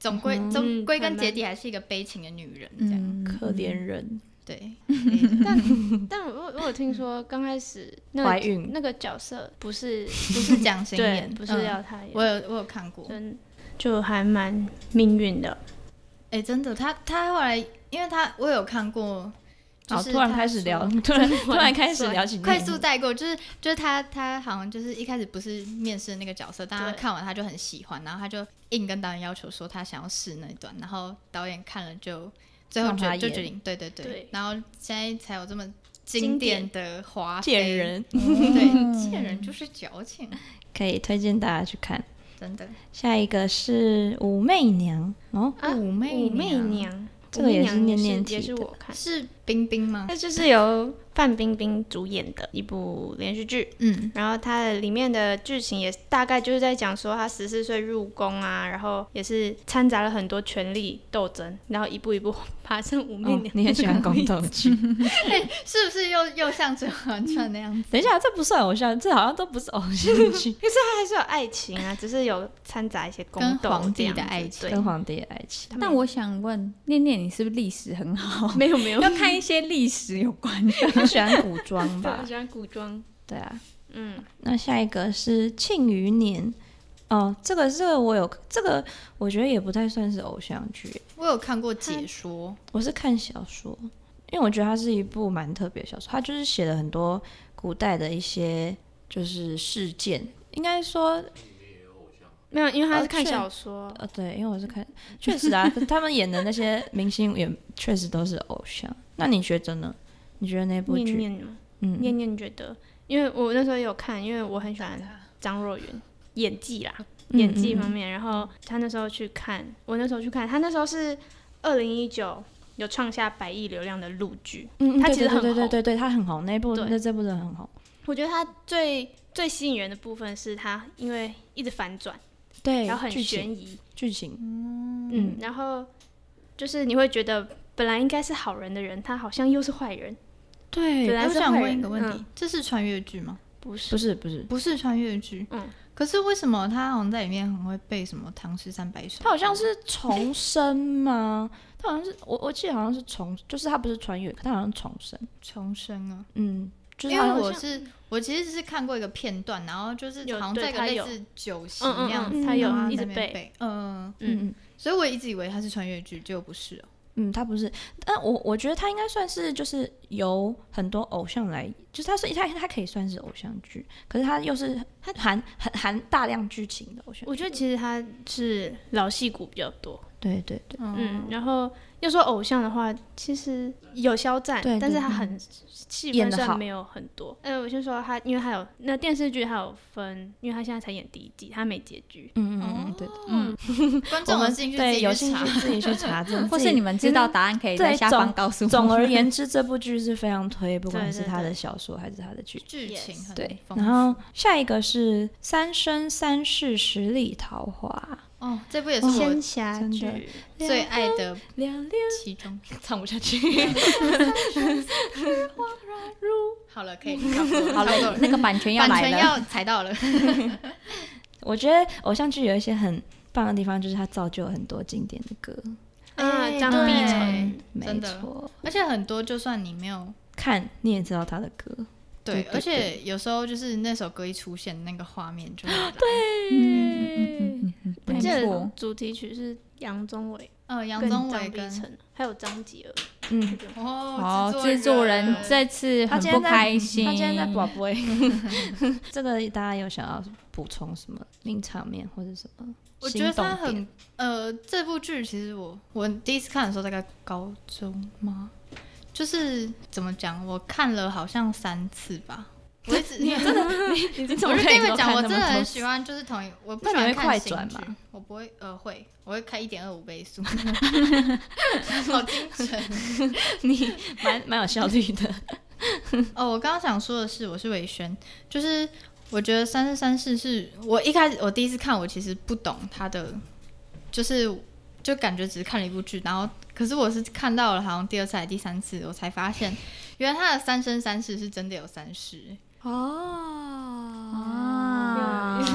Speaker 2: 总归总
Speaker 3: 嗯
Speaker 2: 归根
Speaker 3: 很
Speaker 2: 结
Speaker 3: 难
Speaker 2: 底还是一个悲情的女人这样。
Speaker 4: 嗯，
Speaker 1: 可怜人，
Speaker 3: 嗯
Speaker 2: 对，
Speaker 3: 但但我我有听说刚开始那个
Speaker 1: 怀孕
Speaker 3: 那个角色不是
Speaker 2: 不是蒋欣
Speaker 3: 对
Speaker 2: 演，，
Speaker 3: 不是
Speaker 2: 嗯
Speaker 3: 要他演，
Speaker 2: 我有我有看过，
Speaker 3: 真就还蛮命运的。
Speaker 2: 哎、真的，他他后来，因为他我有看过，就
Speaker 1: 好，
Speaker 2: 是
Speaker 1: 突然
Speaker 2: 他
Speaker 1: 开始
Speaker 2: 说
Speaker 1: 聊，突然突然开始聊起内幕，
Speaker 2: 快速带过，就是就是他他好像就是一开始不是面试那个角色，但他
Speaker 3: 对
Speaker 2: 看完他就很喜欢，然后他就硬跟导演要求说他想要试那一段，然后导演看了就最后
Speaker 1: 让他
Speaker 2: 决就
Speaker 1: 演
Speaker 2: 决定，对对对，
Speaker 3: 对
Speaker 2: 然后现在才有这么经
Speaker 3: 经典
Speaker 2: 典的华妃
Speaker 1: 贱，人，
Speaker 2: 对，贱人就是矫情，
Speaker 1: 可以推荐大家去看。
Speaker 2: 真的
Speaker 1: 下一个是武媚娘哦，
Speaker 3: 啊
Speaker 2: 武媚
Speaker 3: 武媚
Speaker 2: 娘
Speaker 3: 娘，
Speaker 1: 这个也是念念
Speaker 3: 也是
Speaker 1: 提的
Speaker 3: 我 看，
Speaker 2: 是冰冰吗？
Speaker 3: 那就是由范冰冰主演的一部连续剧，
Speaker 2: 嗯，
Speaker 3: 然后它的里面的剧情也大概就是在讲说，他十四岁入宫啊，然后也是掺杂了很多权力斗争，然后一步一 步爬上武媚
Speaker 1: 哦
Speaker 3: 娘、
Speaker 1: 你很喜欢宫斗剧？
Speaker 2: 是不是又又像《甄嬛传》那样子？
Speaker 1: 等一下，这不算偶像，这好像都不是偶像剧，
Speaker 3: 他还是有爱情啊，只是有掺杂一些宫
Speaker 2: 跟
Speaker 3: 斗
Speaker 2: 皇
Speaker 3: 这
Speaker 2: 帝
Speaker 3: 样
Speaker 2: 的
Speaker 3: 子
Speaker 2: 爱情
Speaker 3: 对
Speaker 1: 跟皇帝的爱
Speaker 2: 嗯
Speaker 1: 情。
Speaker 4: 但我想问念念，你是不是历史很好？
Speaker 3: 没有没 有，
Speaker 4: 要看一些历史有关的。
Speaker 1: 你喜欢古装
Speaker 3: 对，我
Speaker 1: 吧？
Speaker 3: 喜欢古装，
Speaker 1: 对啊，
Speaker 3: 嗯，
Speaker 1: 那下一个是《庆余年》。哦，这个这个我有，这个我觉得也不太算是偶像剧，
Speaker 2: 我有看过解说，
Speaker 1: 我是看小说，因为我觉得它是一部蛮特别的小说，它就是写了很多古代的一些就是事件，应该说
Speaker 3: 没有，因为他
Speaker 1: 哦
Speaker 3: 是看
Speaker 1: 确
Speaker 3: 小说，
Speaker 1: 呃，对，因为我是看，确实啊， 可是他们演的那些明星也确实都是偶像。那你觉得呢？你觉得那部
Speaker 3: 念
Speaker 1: 剧？
Speaker 3: 念嘛，
Speaker 1: 嗯，
Speaker 3: 念念觉得，因为我那时候有看，因为我很喜欢张若昀演技啦，
Speaker 1: 嗯
Speaker 3: 演技
Speaker 1: 嗯
Speaker 3: 方面。然后他那时候去看，我那时候去看，他那时候是二零一九有创下百亿流量的陆剧。
Speaker 1: 嗯，
Speaker 3: 他
Speaker 1: 对
Speaker 3: 其实
Speaker 1: 对
Speaker 3: 很
Speaker 1: 对对
Speaker 3: 红
Speaker 1: 对对，他很红，那部
Speaker 3: 对
Speaker 1: 那这部真的很红。
Speaker 3: 我觉得他最最吸引人的部分是他因为一直反转，
Speaker 1: 对，
Speaker 3: 然后很
Speaker 1: 剧情
Speaker 3: 悬疑，
Speaker 1: 剧情，
Speaker 3: 嗯，然后就是你会觉得本来应该是好人的人，他好像又是坏人，
Speaker 1: 对
Speaker 3: 对，来
Speaker 2: 我
Speaker 3: 自
Speaker 2: 想
Speaker 3: 坏
Speaker 2: 问
Speaker 3: 人
Speaker 2: 一个问题，
Speaker 3: 嗯
Speaker 2: 这是穿越剧吗？
Speaker 3: 不是
Speaker 1: 不是不是，
Speaker 2: 不是穿越剧，
Speaker 3: 嗯，
Speaker 2: 可是为什么他好像在里面很会背什么唐诗三百首？
Speaker 1: 他好像是重生吗？他好像是我我记得好像是重，就是他不是穿越，可他好像重生。
Speaker 2: 重生啊，
Speaker 1: 嗯，就是
Speaker 2: 因
Speaker 1: 他
Speaker 2: 为
Speaker 1: 好像
Speaker 2: 我是我其实是看过一个片段，然后就是
Speaker 3: 有
Speaker 2: 好像
Speaker 3: 对
Speaker 2: 在一个
Speaker 3: 他
Speaker 2: 类
Speaker 3: 有
Speaker 2: 似酒席
Speaker 3: 嗯嗯
Speaker 2: 那样子，
Speaker 1: 嗯他有
Speaker 2: 然后
Speaker 3: 一直
Speaker 2: 在那边
Speaker 3: 背
Speaker 2: 背，嗯，
Speaker 1: 嗯嗯
Speaker 2: 所以我一直以为他是穿越剧，结果不是哦。
Speaker 1: 嗯，他不是，但我我觉得他应该算是就是由很多偶像来，就是他是他他可以算是偶像剧，可是他又是他含含含大量剧情的偶像剧。
Speaker 3: 我觉得其实他是老戏骨比较多，
Speaker 1: 对对对，
Speaker 3: 嗯，然后要说偶像的话，其实有肖战，
Speaker 1: 对
Speaker 3: 但是
Speaker 1: 对
Speaker 3: 他
Speaker 1: 嗯
Speaker 3: 很戏
Speaker 1: 演
Speaker 3: 份
Speaker 1: 得
Speaker 3: 算
Speaker 1: 好
Speaker 3: 没有很多。呃，我先说他，因为他有那电视剧，他有分，因为他现在才演第一季，他没结局。
Speaker 1: 嗯嗯嗯，对。
Speaker 2: 嗯，观
Speaker 1: 我
Speaker 2: 众有
Speaker 1: 们
Speaker 2: 兴趣自己
Speaker 1: 对
Speaker 2: 去
Speaker 1: 有兴
Speaker 2: 查
Speaker 1: 趣自己去查 证，
Speaker 4: 或
Speaker 1: 自
Speaker 4: 是
Speaker 1: 己
Speaker 4: 你们知道答案，可以在
Speaker 1: 对
Speaker 4: 下
Speaker 1: 总
Speaker 4: 方告 诉我。
Speaker 1: 总而言之，这部剧是非常推，不管
Speaker 3: 对
Speaker 1: 是
Speaker 3: 对
Speaker 1: 他的
Speaker 3: 对
Speaker 1: 小说还是他的剧。
Speaker 2: 剧情很
Speaker 1: 对，
Speaker 2: 丰
Speaker 1: 然后下一个是《三生三世十里桃花
Speaker 2: 富哦，这部也是
Speaker 3: 仙
Speaker 2: 我
Speaker 3: 侠
Speaker 1: 真的
Speaker 3: 剧，
Speaker 2: 最爱的》，
Speaker 1: 凉凉
Speaker 2: 其中。
Speaker 1: 唱不下去。
Speaker 2: 好了，可以差不多了，
Speaker 4: 好
Speaker 2: 差不多
Speaker 4: 了，那个版权要
Speaker 2: 版
Speaker 4: 来
Speaker 2: 权
Speaker 4: 了。
Speaker 2: 要踩到了，
Speaker 1: 我觉得偶像剧有一些很棒的地方，就是它造就了很多经典的歌，
Speaker 3: 嗯，
Speaker 2: 哎
Speaker 3: 张
Speaker 2: 对
Speaker 3: 碧晨，
Speaker 1: 没
Speaker 2: 真的
Speaker 1: 错。
Speaker 2: 而且很多就算你没有。
Speaker 1: 看你也知道他的歌，
Speaker 2: 对，
Speaker 1: 对对
Speaker 2: 而且有时候就是那首歌一出现，那个画面就会 来。
Speaker 3: 嗯，我
Speaker 4: 没
Speaker 3: 记得
Speaker 4: 错
Speaker 3: 主题曲是杨宗纬、
Speaker 2: 呃，杨
Speaker 3: 跟
Speaker 2: 宗
Speaker 3: 张
Speaker 2: 纬
Speaker 3: 碧
Speaker 2: 跟
Speaker 3: 晨，还有张杰儿。
Speaker 1: 嗯，
Speaker 2: 哦
Speaker 4: 哦，制作人这次
Speaker 1: 他
Speaker 4: 很
Speaker 1: 今
Speaker 4: 不
Speaker 1: 天在
Speaker 4: 开心。
Speaker 1: 他今天在宝贝，这个大家有想要补充什么名场面或者什么？
Speaker 2: 我觉得
Speaker 1: 心动
Speaker 2: 他
Speaker 1: 点
Speaker 2: 很呃，这部剧其实我我第一次看的时候大概高中吗？就是怎么讲，我看了好像三次吧。我一直你真的，
Speaker 1: 你
Speaker 2: 我就跟你们讲，我真的很喜
Speaker 1: 欢。
Speaker 2: 欢，就是 同一，我不
Speaker 1: 那
Speaker 2: 喜
Speaker 1: 你
Speaker 2: 欢
Speaker 1: 会
Speaker 2: 看
Speaker 1: 快
Speaker 2: 新
Speaker 1: 转
Speaker 2: 剧
Speaker 1: 吗，
Speaker 2: 我不会，呃，会，我会开一点二五 倍速， 好精准。
Speaker 1: 你蛮蛮有效率的。
Speaker 2: 哦，我刚刚想说的是，我是韦轩，就是我觉得《三生三世》是我一开始我第一次看，我其实不懂他的，就是就感觉只是看了一部剧，然后可是我是看到了好像第二次还是第三次，我才发现原来他的三生三世是真的有三世。
Speaker 4: 啊，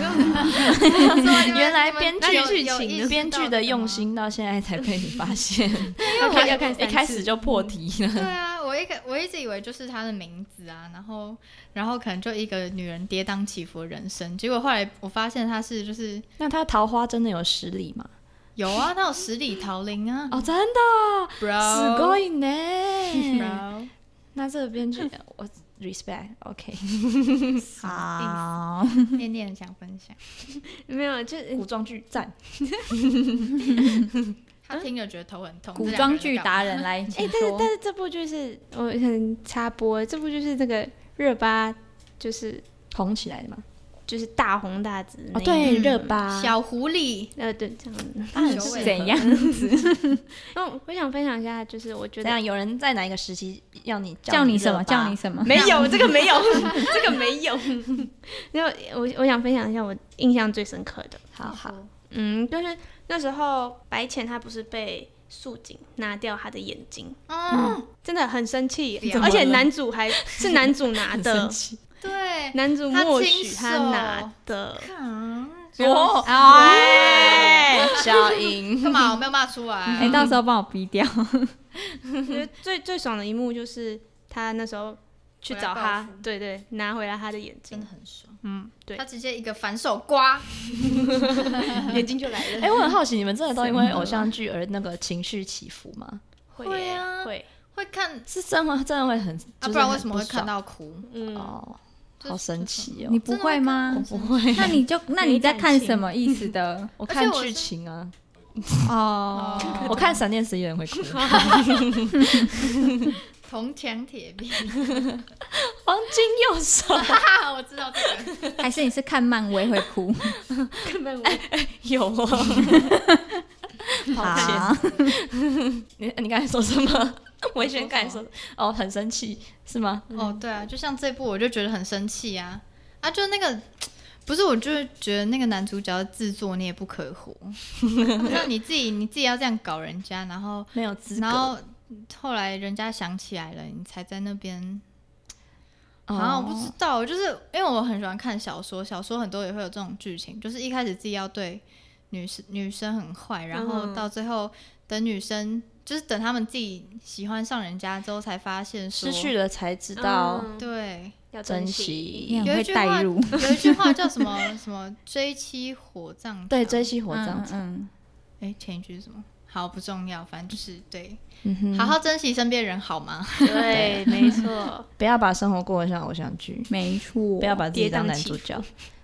Speaker 1: 原来编剧
Speaker 2: 情的
Speaker 1: 编剧的用，心到现在才被你发现，
Speaker 2: 因为
Speaker 3: 要
Speaker 2: 我
Speaker 3: 看要看
Speaker 1: 一
Speaker 3: 三
Speaker 1: 开
Speaker 3: 次
Speaker 1: 始就破题了。
Speaker 2: 对啊，我一个我一直以为就是他的名字啊，然后然后可能就一个女人跌宕起伏的人生，结果后来我发现他是就是
Speaker 1: 那他桃花真的有实力吗？
Speaker 2: 有啊，他有十里桃林啊
Speaker 1: 哦，真的，哦啊すご
Speaker 2: ，bro。
Speaker 1: い ね。
Speaker 2: bro，
Speaker 1: 那这个编剧，我 respect，OK。
Speaker 4: 好，
Speaker 2: 念念想分享，
Speaker 3: 没有，就
Speaker 1: 古装剧赞，
Speaker 2: 他听了觉得头很痛。
Speaker 4: 嗯古
Speaker 2: 这两个
Speaker 4: 装
Speaker 2: 人
Speaker 4: 剧
Speaker 2: 在干嘛
Speaker 4: 达人来，
Speaker 3: 哎、
Speaker 4: 请
Speaker 3: 但是
Speaker 4: 说
Speaker 3: 但。是这部剧是我很插播，这部剧是这个热巴，就是
Speaker 1: 红起来的嘛。
Speaker 3: 就是大红大紫的那
Speaker 1: 哦，
Speaker 3: 一
Speaker 1: 对，
Speaker 2: 嗯
Speaker 1: 热巴，
Speaker 2: 小狐狸，
Speaker 3: 呃对这样子。
Speaker 2: 啊
Speaker 4: 是怎 样？
Speaker 3: 那我想分享一下，就是我觉
Speaker 1: 怎
Speaker 3: 得
Speaker 1: 样？有人在哪一个时期要你
Speaker 4: 叫你什
Speaker 1: 热
Speaker 4: 么？
Speaker 1: 巴
Speaker 4: 叫你什么？
Speaker 3: 没有这个没有 这个没 有，因为我我想分享一下我印象最深刻的，
Speaker 1: 好好，
Speaker 3: 嗯，就是那时候白浅他不是被素锦拿掉他的眼睛，
Speaker 2: 嗯，
Speaker 3: 真的很生气
Speaker 2: 怎，么
Speaker 3: 而且
Speaker 2: 了
Speaker 3: 男主还是男主拿的，
Speaker 2: 对，
Speaker 3: 男主
Speaker 2: 他
Speaker 3: 默
Speaker 2: 亲
Speaker 3: 许他
Speaker 2: 手
Speaker 3: 拿 的，
Speaker 2: 看啊
Speaker 1: 哦，
Speaker 4: 哎，
Speaker 1: 小英，
Speaker 2: 干嘛？我没有骂 出来。啊
Speaker 4: 哎，到时候帮我逼掉。
Speaker 3: 我觉得最最爽的一幕就是他那时候去
Speaker 2: 回来
Speaker 3: 找
Speaker 2: 报
Speaker 3: 他
Speaker 2: 复，
Speaker 3: 对对，拿回来他的眼
Speaker 2: 真的
Speaker 3: 睛，
Speaker 2: 很爽，
Speaker 3: 嗯，对
Speaker 2: 他，直接一个反手刮，
Speaker 3: 眼睛就来 了，
Speaker 1: 哎，我很好奇，你们真的都因为偶像剧而那个情绪起伏吗？
Speaker 2: 会
Speaker 3: 耶
Speaker 2: 啊
Speaker 3: 会，
Speaker 2: 会看，
Speaker 1: 是真的真的会很，
Speaker 2: 啊，
Speaker 1: 就是
Speaker 2: 不然为
Speaker 1: 很
Speaker 2: 什么会
Speaker 1: 不
Speaker 2: 看
Speaker 1: 爽
Speaker 2: 到哭？
Speaker 3: 嗯，
Speaker 1: 哦，
Speaker 2: 就
Speaker 1: 好神
Speaker 2: 就
Speaker 1: 奇哦！
Speaker 4: 你不会吗？
Speaker 1: 我不会，
Speaker 4: 那你 就那你在看
Speaker 3: 没感情
Speaker 4: 什么意思的？
Speaker 1: 我
Speaker 2: 而且
Speaker 1: 看
Speaker 2: 我
Speaker 1: 剧
Speaker 2: 是
Speaker 1: 情啊，
Speaker 4: 哦，
Speaker 2: 哦
Speaker 1: 我看《闪电十一人》会 哭，
Speaker 2: 铜墙铁壁，
Speaker 1: 黄金右手
Speaker 2: 哈哈，我知道这 个，
Speaker 4: 还是你是看漫威会哭？
Speaker 3: 根本我
Speaker 1: 有哦。 抱歉，
Speaker 4: 好，
Speaker 1: 你你刚才说什么？ 我先刚才说哦，很生气是吗？
Speaker 2: 哦，对啊，就像这部我就觉得很生气啊，啊，就那个。不是，我就是觉得那个男主角的自作孽不可活。 那你自己你自己要这样搞人家，然后
Speaker 1: 没有资格。
Speaker 2: 然后后来人家想起来了，你才在那边
Speaker 1: 哦
Speaker 2: 啊，我不知道，就是因为我很喜欢看小说，小说很多也会有这种剧情，就是一开始自己要对女生女生很坏，然后
Speaker 3: 嗯
Speaker 2: 到最后等女生就是等他们自己喜欢上人家之后，才发现说
Speaker 1: 失去了才知道
Speaker 3: 嗯
Speaker 2: 对，
Speaker 3: 要
Speaker 1: 珍
Speaker 4: 你
Speaker 1: 惜。
Speaker 4: 很
Speaker 2: 有一
Speaker 4: 会
Speaker 2: 句
Speaker 4: 带
Speaker 2: 话
Speaker 4: 入。
Speaker 2: 有一句话叫什 么什么追妻火葬场，
Speaker 1: 对，珍惜活这
Speaker 4: 嗯
Speaker 1: 样
Speaker 4: 嗯
Speaker 1: 子。
Speaker 4: 嗯，
Speaker 2: 哎前一句是什么？好不重要，反正就是对，
Speaker 1: 嗯哼，
Speaker 2: 好好珍惜身边人好吗？
Speaker 3: 对，没 错，
Speaker 1: 不要把生活过得像偶像剧，
Speaker 4: 没错。
Speaker 1: 不要把自己
Speaker 3: 跌
Speaker 1: 当
Speaker 3: 宕
Speaker 1: 男
Speaker 3: 起
Speaker 1: 主
Speaker 3: 伏
Speaker 1: 角。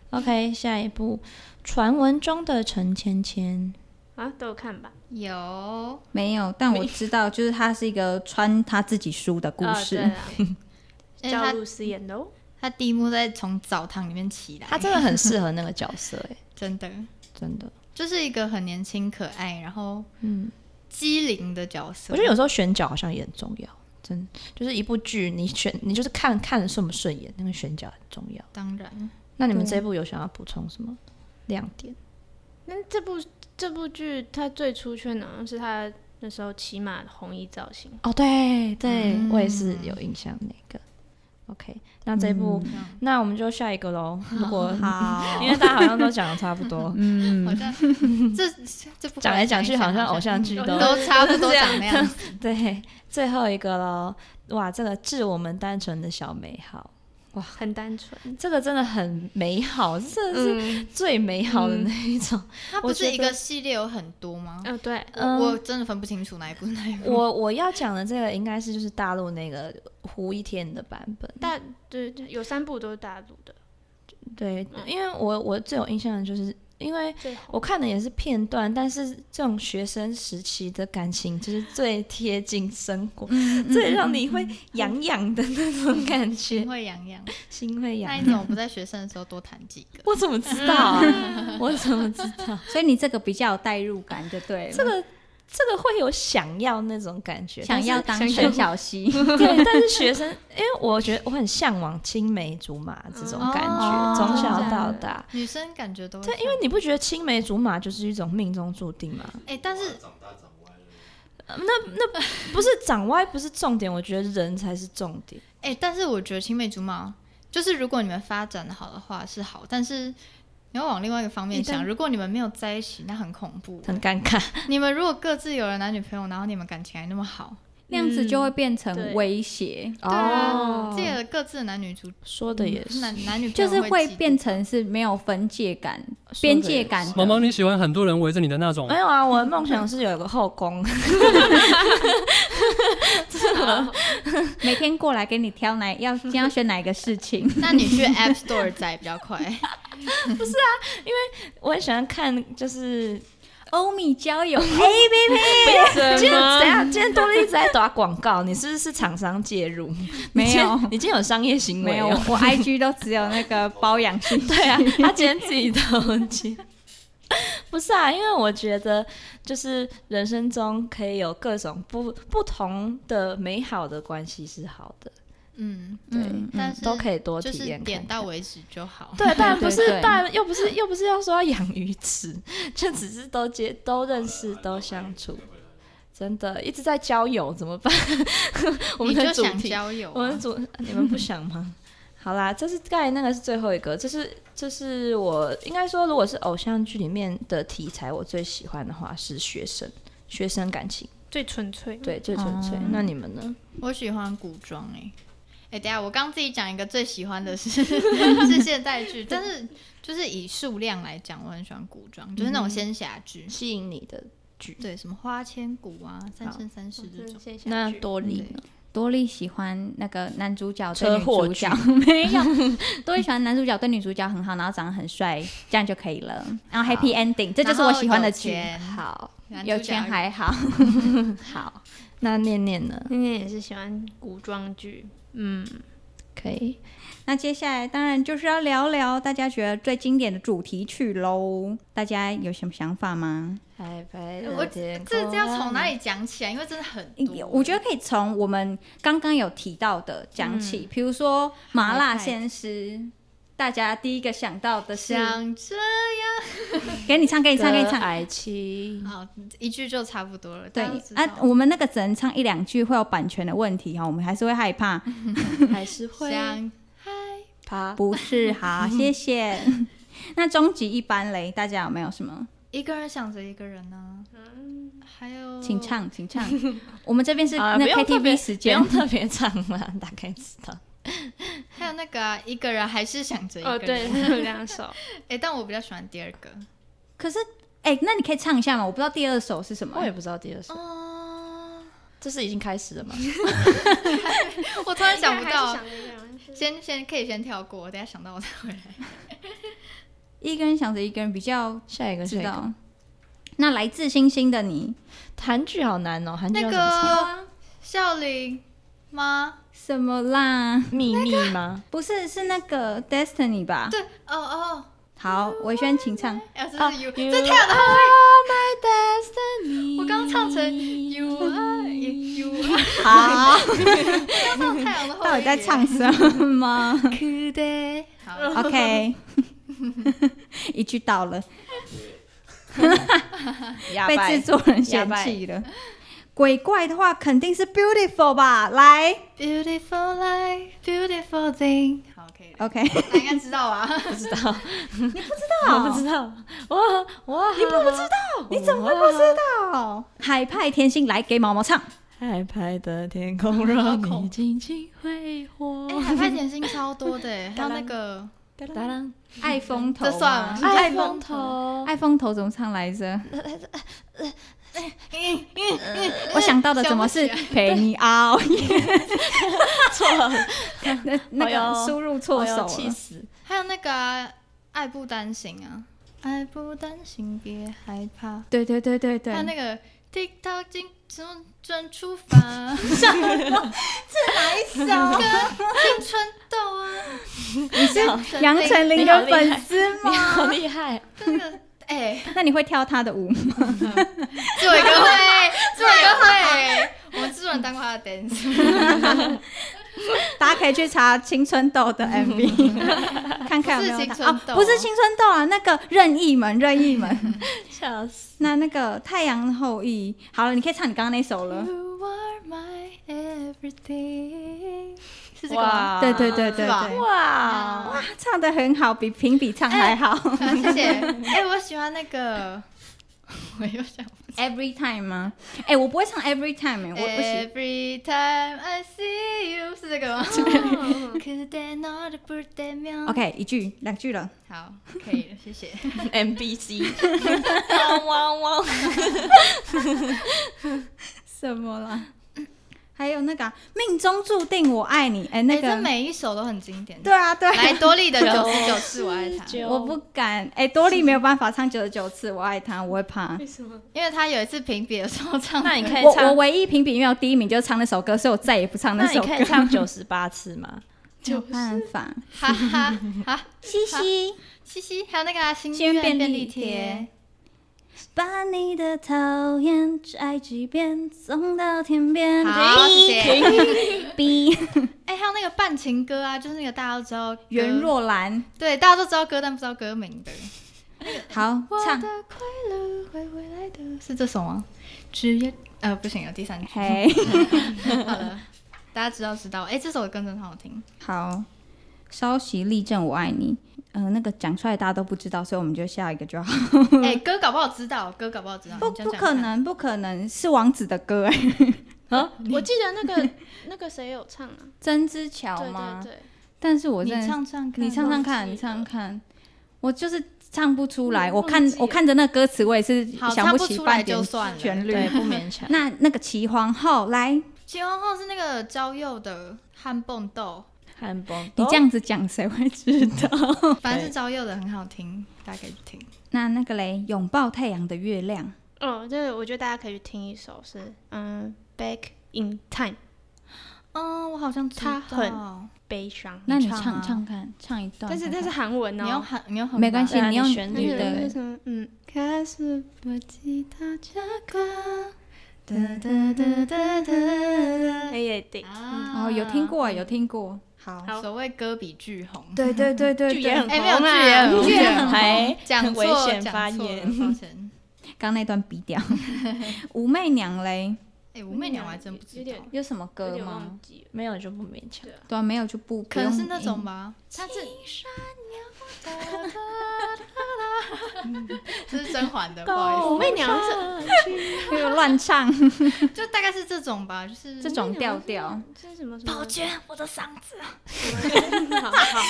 Speaker 1: OK，下一部传闻中的陈芊芊，
Speaker 3: 啊，都有看吧，
Speaker 2: 有，
Speaker 4: 没有，但我知道，就是它是一个穿他自己书的故
Speaker 3: 啊
Speaker 4: 事。
Speaker 3: 对 啦
Speaker 2: 因为
Speaker 3: 叫
Speaker 2: 他
Speaker 3: 露丝演的哦，
Speaker 2: 他第一幕在从澡堂里面起来，
Speaker 1: 她真的很适合那个角色、哎，
Speaker 2: 真的
Speaker 1: 真的。
Speaker 2: 就是一个很年轻可爱，然后
Speaker 1: 嗯，
Speaker 2: 机灵的角色。
Speaker 1: 我觉得有时候选角好像也很重要，真就是一部剧，你选你就是看看顺不顺眼，那个选角很重要。
Speaker 2: 当然，
Speaker 1: 那你们这一部有想要补充什么亮点？
Speaker 3: 那这部这部剧它最出圈的好像是它那时候骑马的红衣造型，
Speaker 1: 哦，对对，
Speaker 2: 嗯
Speaker 1: 我也是有印象那个。OK，那这一部、
Speaker 2: 嗯
Speaker 1: 那我们就下一个喽。如果
Speaker 4: 好，
Speaker 1: 因，为大家好像都讲的差不多
Speaker 4: 嗯
Speaker 2: 好，像这 这 部
Speaker 1: 讲来讲去好像偶
Speaker 2: 像
Speaker 1: 像剧都
Speaker 2: 嗯都差不多长那样子。
Speaker 1: 对。最后一个喽，哇，这个致我们单纯的小美好，
Speaker 3: 很单纯，
Speaker 1: 这个真的很美好，这真的是
Speaker 3: 嗯，
Speaker 1: 最美好的那一种。
Speaker 2: 它不
Speaker 1: 我觉
Speaker 2: 是
Speaker 1: 得
Speaker 2: 一个系列有很多吗？
Speaker 3: 哦对，
Speaker 1: 嗯
Speaker 2: 我我真的分不清楚哪一部是哪一部。
Speaker 1: 我我要讲的这个应该是就是大陆那个胡一天的版本，
Speaker 3: 大对对有三部都是大陆的
Speaker 1: 对，因为我我最有印象的就是因为
Speaker 3: 最红，
Speaker 1: 我看的也是片段，但是这种学生时期的感情就是最贴近生活， 最让你会痒痒的那种感觉
Speaker 2: 心，会痒痒，
Speaker 1: 心会
Speaker 2: 那
Speaker 1: 痒
Speaker 2: 你。怎么不在学生的时候多谈几个？
Speaker 1: 我怎么知道啊？ 我怎么知道？
Speaker 4: 所以你这个比较有代入感，就对了。
Speaker 1: 这个这个会有想要那种感觉，
Speaker 4: 想要当陈小希，
Speaker 1: 对，但是学生，因为我觉得我很向往青梅竹马这种感
Speaker 2: 哦
Speaker 1: 觉，从小到大。
Speaker 2: 女生感觉都 会
Speaker 1: 对，因为你不觉得青梅竹马就是一种命中注定吗？
Speaker 2: 哎，但是
Speaker 6: 长大长歪了，
Speaker 1: 不是长歪不是重点，我觉得人才是重点。
Speaker 2: 哎，但是我觉得青梅竹马，就是如果你们发展的好的话是好，但是你要往另外一个方面
Speaker 1: 你
Speaker 2: 想，
Speaker 1: 但
Speaker 2: 如果你们没有在一起，那很恐怖。
Speaker 1: 很尴 尬，
Speaker 2: 你们如果各自有了男女朋友，然后你们感情还那么好，
Speaker 4: 那样子就会变
Speaker 3: 对
Speaker 4: 成威
Speaker 1: 嗯
Speaker 4: 胁，
Speaker 2: 对啊，
Speaker 1: 哦
Speaker 2: 这个各自的男女主
Speaker 1: 说的
Speaker 4: 嗯
Speaker 1: 也是，
Speaker 2: 男男女朋
Speaker 4: 就
Speaker 2: 友
Speaker 4: 是
Speaker 2: 会
Speaker 4: 会
Speaker 2: 嫉妒
Speaker 4: 变成是没有分界感、边界感的。
Speaker 5: 毛毛，你喜欢很多人围着你的那种
Speaker 3: 哎
Speaker 1: 没？有啊，我的梦想是有一个后宫，
Speaker 4: 每天过来给你挑哪要今天要选哪一个事情，
Speaker 2: 那你去 App Store 载比较快，
Speaker 1: 我很喜欢看就是
Speaker 4: 欧米交友
Speaker 1: 今天怎
Speaker 4: 么？
Speaker 1: 样？今天多莉一直在打广告，你是不是是厂商介入？
Speaker 4: 没有
Speaker 1: 你今天你今天有商业行为
Speaker 4: 没有，
Speaker 1: 哦？
Speaker 4: 我 IG 都只有那个包养信息。
Speaker 1: 对啊， 他今天自己都接。 不是啊，因为我觉得就是人生中可以有各种不不同的美好的关系是好的，
Speaker 2: 嗯，
Speaker 1: 对，
Speaker 4: 嗯
Speaker 2: 但是
Speaker 1: 都可以多
Speaker 2: 就
Speaker 1: 体
Speaker 2: 是
Speaker 1: 验看看。
Speaker 2: 点到为止就 好。
Speaker 1: 对，但
Speaker 4: 对
Speaker 1: 不是
Speaker 4: 对，
Speaker 1: 但又不是，又不是要说要养鱼池，就只是都接、都认识、都相处，真的一直在交友，怎么办？ 我们
Speaker 2: 你
Speaker 1: 的
Speaker 2: 就
Speaker 1: 主
Speaker 2: 想
Speaker 1: 题，
Speaker 2: 交友、
Speaker 1: 我们
Speaker 2: 啊，
Speaker 1: 主，你们不想吗？好啦，这是刚才那个是最后一个，这是这是我应该说，如果是偶像剧里面的题材，我最喜欢的话是学生，学生感情，
Speaker 3: 最纯粹。，
Speaker 1: 对，最纯粹。
Speaker 4: 哦
Speaker 1: 那你们呢？
Speaker 2: 我喜欢古装哎、欸。哎、等一下，我刚自己讲一个最喜欢的是是现代剧，但是就是以数量来讲，我很喜欢古装，就是那种仙侠剧，
Speaker 1: 吸引你的剧？
Speaker 2: 对，什么花千骨啊、三生三世这种。嗯
Speaker 1: 那多莉
Speaker 2: 对
Speaker 1: 呢？
Speaker 4: 多莉喜欢那个男主角对
Speaker 1: 车
Speaker 4: 女
Speaker 1: 祸
Speaker 4: 主角 没有，多莉喜欢男主角对女主角很好，然后长得很帅，这样就可以了。然后 happy ending，这就是我喜欢的剧。
Speaker 2: 然后
Speaker 1: 好，
Speaker 2: 有钱男主角
Speaker 4: 有钱还好，
Speaker 1: 好，那念念呢？
Speaker 3: 今天也是喜欢古装剧，嗯，
Speaker 1: 可以。
Speaker 4: 那接下来当然就是要聊聊大家觉得最经典的主题曲喽。大家有什么想法吗？
Speaker 1: 拜拜。
Speaker 2: 我这这要从哪？里讲起来？因为真的很多，
Speaker 4: 啊我觉得可以从我们刚刚有提到的讲
Speaker 2: 嗯
Speaker 4: 起，比、如说《麻辣鲜师》，大家第一个想到的是，
Speaker 2: 想这
Speaker 4: 给你唱，给你唱，给你唱。
Speaker 1: 爱情。
Speaker 2: 好一句就差不多了。
Speaker 4: 对
Speaker 2: 大家都知道
Speaker 4: 啊，我们那个只能唱一两句，会有版权的问题哈，我们还是会害怕。
Speaker 1: 还是 会
Speaker 2: 想
Speaker 1: 怕。
Speaker 4: 不是，好，谢谢。 那终极一班嘞，大家有没有什么？
Speaker 2: 一个人想着一个人呢、
Speaker 3: 嗯
Speaker 2: 还有
Speaker 4: 请唱，请唱。我们这边是
Speaker 1: 啊
Speaker 4: 那
Speaker 1: 不用特别
Speaker 4: KTV 时间
Speaker 1: 不，用特别唱了， 大概知道。
Speaker 2: 还有那个啊、一个人还是想着一个
Speaker 3: 哦，
Speaker 2: 人。
Speaker 3: 对，有 两首，
Speaker 2: 哎、但我比较喜欢第二个。
Speaker 4: 可是，哎、那你可以唱一下吗？我不知道第二首是什么
Speaker 1: 我。也不知道第二首，
Speaker 2: 哦，
Speaker 1: 这是已经开始了 吗？
Speaker 2: 我突然想不到，
Speaker 3: 还是想着一个人
Speaker 2: 先先可以先跳过，我等一下想到我再回来。
Speaker 4: 一个人想着一个人，比较
Speaker 1: 下一个，下
Speaker 4: 知
Speaker 1: 一个。
Speaker 4: 道。那来自星星的你，
Speaker 1: 韩剧好难哦，韩剧要
Speaker 2: 那
Speaker 1: 怎么唱？
Speaker 2: 个笑林吗？
Speaker 4: 什么啦？
Speaker 1: 秘密吗？
Speaker 4: 不是，是那个 Destiny 吧？
Speaker 2: 对，哦哦，
Speaker 4: 好，维轩，请唱。
Speaker 2: 哎、这
Speaker 1: 啊
Speaker 2: 是 You，、
Speaker 1: You
Speaker 2: 这跳的好。
Speaker 1: 你
Speaker 2: 我刚唱成 You are You are，
Speaker 4: 好，
Speaker 2: 要放太阳的 后
Speaker 4: 到底在
Speaker 2: 裔耶
Speaker 4: 唱什么
Speaker 2: 好，
Speaker 4: ？OK，一句到了，
Speaker 1: 哑
Speaker 4: 被
Speaker 1: 巴
Speaker 4: 制作人
Speaker 1: 哑
Speaker 4: 嫌
Speaker 1: 巴
Speaker 4: 弃了。 鬼怪的话肯定是 Beautiful 吧？来
Speaker 2: Beautiful life, beautiful thing。好，可以了。
Speaker 4: ，OK，
Speaker 2: 大家应该知道啊吧？
Speaker 1: 不知道，我
Speaker 4: 好
Speaker 1: 不知道，我我你不知道，
Speaker 4: 你怎么会不知道？海派甜心来给毛毛唱。
Speaker 1: 海派的天空让
Speaker 2: 好恐怖
Speaker 1: 你轻轻挥霍
Speaker 2: 哎、。海派甜心超多的 耶，还有那个
Speaker 1: 哒啦
Speaker 4: 爱风头吗，
Speaker 2: 这算吗
Speaker 1: 爱
Speaker 4: 爱
Speaker 1: 风
Speaker 4: 风
Speaker 1: 头，
Speaker 4: 爱风头怎么唱来 着？我想到的怎么是
Speaker 2: 想
Speaker 4: 陪你熬 夜？
Speaker 1: 错了，
Speaker 4: 那那
Speaker 1: 哎呦
Speaker 4: 个输入错手
Speaker 1: 哎呦气
Speaker 4: 了。
Speaker 1: 死！
Speaker 2: 还有那个啊、爱不担心啊，爱不担心，别害怕。
Speaker 4: 对对对对对
Speaker 2: 还有，那个 TikTok 进从转出 发，
Speaker 4: 是哦
Speaker 2: 啊青春痘啊，哎
Speaker 4: 你是杨丞琳的粉丝
Speaker 1: 你
Speaker 4: 吗？
Speaker 1: 好厉害，
Speaker 2: 这个哎，
Speaker 4: 那你会跳她的舞吗？
Speaker 2: 做一个 会，做一个会，我们制作人当过他的 dance。
Speaker 4: 大家可以去查青春痘的 MV，看看有没有
Speaker 2: 不
Speaker 4: 她
Speaker 2: 是青春痘
Speaker 4: 哦，不是青春痘啊，那个任意门，任意门。
Speaker 1: 笑死！
Speaker 4: 那那个太阳的后裔，好了，你可以唱你刚刚那首了。
Speaker 2: You are my everything，是这个吗？
Speaker 1: 哇，
Speaker 4: 对对对对
Speaker 2: 是吧
Speaker 4: 对，
Speaker 1: 哇，
Speaker 4: 哇，唱的很好，比评比 唱还好。
Speaker 2: 啊谢谢。哎，我喜欢那个， 我又想
Speaker 4: Every time 吗？哎、我不会唱 Every time，、欸、我我喜
Speaker 2: Every time I see you 是这 个吗？그대 너를 볼 때면
Speaker 4: OK 一句两句了。
Speaker 2: 好，可以了，谢谢。
Speaker 1: MBC，汪汪汪！
Speaker 4: 什么啦？还有那个啊、命中注定我爱你，哎、 那
Speaker 2: 哎
Speaker 4: 个、
Speaker 2: 这每一首都很经典。
Speaker 4: 对啊对啊，
Speaker 2: 来 多莉的九十九次我爱他，
Speaker 4: 我不敢，哎、多莉没有办法唱九十九次我爱他，我会 怕。
Speaker 3: 为什么？
Speaker 2: 因为他有一次评比的时候唱，
Speaker 1: 那你可以
Speaker 4: 我我
Speaker 1: 唱，
Speaker 4: 唯一评比没有第一名就是唱那首歌，所以我再也不唱
Speaker 1: 那
Speaker 4: 首
Speaker 1: 你
Speaker 4: 歌。
Speaker 1: 可以唱九十八次吗？
Speaker 4: 没有办法，
Speaker 2: 哈哈哈，
Speaker 4: 嘻嘻，
Speaker 2: 嘻嘻，还有那个啊心
Speaker 4: 心
Speaker 2: 愿
Speaker 4: 愿便
Speaker 2: 便
Speaker 4: 利
Speaker 2: 利贴
Speaker 4: 贴，把你的讨厌摘几遍，送到天边。
Speaker 2: 好，谢谢。
Speaker 4: B
Speaker 2: 哎，还有那个半情歌啊，就是那个大家都知道歌
Speaker 4: 袁，若兰，
Speaker 2: 对，大家都知道歌，但不知道歌名的。
Speaker 4: 好
Speaker 2: 我
Speaker 4: 唱，
Speaker 2: 的快乐会回来的，是这首吗？只要呃，不行，有第 三句。
Speaker 4: 嘿，
Speaker 2: 好了，大家知道知道。哎，这首歌真的很好 听。
Speaker 4: 好，稍息立正，我爱你。嗯、那个讲出来大家都不知道，所以我们就下一个就好。
Speaker 2: 哎，歌搞不好知道，歌搞不好知道。
Speaker 4: 不，
Speaker 2: 你讲
Speaker 4: 不
Speaker 2: 讲
Speaker 4: 可
Speaker 2: 看。
Speaker 4: 能，不可能是王子的歌哎，
Speaker 3: 我记得那个那个谁有唱啊？
Speaker 4: 曾之乔
Speaker 3: 对
Speaker 4: 吗？
Speaker 3: 对对，
Speaker 4: 但是我真的
Speaker 2: 你唱唱看，
Speaker 4: 你唱唱
Speaker 3: 忘
Speaker 4: 看，
Speaker 3: 记
Speaker 4: 你唱
Speaker 3: 了
Speaker 4: 唱看，我就是唱不出来。
Speaker 2: 嗯
Speaker 3: 我
Speaker 4: 我
Speaker 3: 忘
Speaker 4: 看
Speaker 3: 记
Speaker 4: 我
Speaker 3: 了
Speaker 4: 看着那歌词，我也是
Speaker 2: 好
Speaker 4: 想
Speaker 2: 唱不
Speaker 4: 起
Speaker 2: 出
Speaker 4: 半
Speaker 2: 来就
Speaker 4: 点
Speaker 2: 算了
Speaker 4: 旋律。
Speaker 1: 对，不勉强。
Speaker 4: 那那个齐皇后来，你
Speaker 2: 秦皇后是那个招佑的汉蹦豆，
Speaker 1: 汉崩，哦
Speaker 4: 这样子讲谁会
Speaker 2: 嗯
Speaker 4: 知道？
Speaker 2: 反正是招佑的很好听，大家可以去听。
Speaker 4: 那那个嘞，拥抱太阳的月亮，
Speaker 3: 哦，对，我觉得大家可以去听一首是嗯，Back in Time，
Speaker 2: 嗯，我好像知道
Speaker 3: 他很悲伤。
Speaker 4: 那
Speaker 2: 你
Speaker 4: 你
Speaker 2: 唱啊
Speaker 4: 唱唱看，唱一段
Speaker 3: 但
Speaker 4: 看
Speaker 3: 是
Speaker 4: 看。
Speaker 3: 但是韩文
Speaker 2: 你要
Speaker 3: 哦，
Speaker 2: 喊，你要喊吧，
Speaker 4: 没关
Speaker 1: 对
Speaker 4: 系，
Speaker 1: 啊
Speaker 4: 你
Speaker 1: 你
Speaker 4: 用
Speaker 1: 旋
Speaker 4: 你
Speaker 1: 律
Speaker 3: 那个
Speaker 4: 的
Speaker 3: 为什么？嗯，开始不记得这个。
Speaker 2: 哒哒哒哒哒。
Speaker 3: 哎也对，
Speaker 2: 啊
Speaker 4: 哦，有听过哎，有听过。好
Speaker 3: 好
Speaker 2: 所谓歌比巨红，
Speaker 4: 对对对对
Speaker 3: 剧也很
Speaker 2: 哎，没
Speaker 3: 红
Speaker 2: 有嗯 剧也
Speaker 4: 剧
Speaker 2: 很，红
Speaker 3: 啊
Speaker 4: 也很红
Speaker 1: 还
Speaker 2: 讲
Speaker 1: 很
Speaker 2: 错
Speaker 1: 危险
Speaker 2: 讲
Speaker 1: 发
Speaker 2: 错了
Speaker 1: 言
Speaker 2: 抱歉。
Speaker 4: 刚那段 逼掉。武媚娘嘞，
Speaker 2: 哎，武媚娘我还真不知
Speaker 3: 有
Speaker 2: 道
Speaker 3: 点，
Speaker 4: 有什么
Speaker 3: 有
Speaker 4: 歌
Speaker 3: 点
Speaker 4: 吗
Speaker 3: 忘？记了。
Speaker 1: 没有就不勉强。
Speaker 4: 对啊，没有就不不
Speaker 2: 可能
Speaker 4: 用
Speaker 2: 是那种
Speaker 4: 引
Speaker 2: 吧，她是。 这是甄嬛 的，不好
Speaker 3: 武
Speaker 2: 意
Speaker 3: 媚娘是
Speaker 4: 乱唱
Speaker 2: 思，就大概是这种吧，就是
Speaker 4: 这种调调。
Speaker 3: 这是什么什么？
Speaker 2: 娟，我的嗓 子
Speaker 3: 好好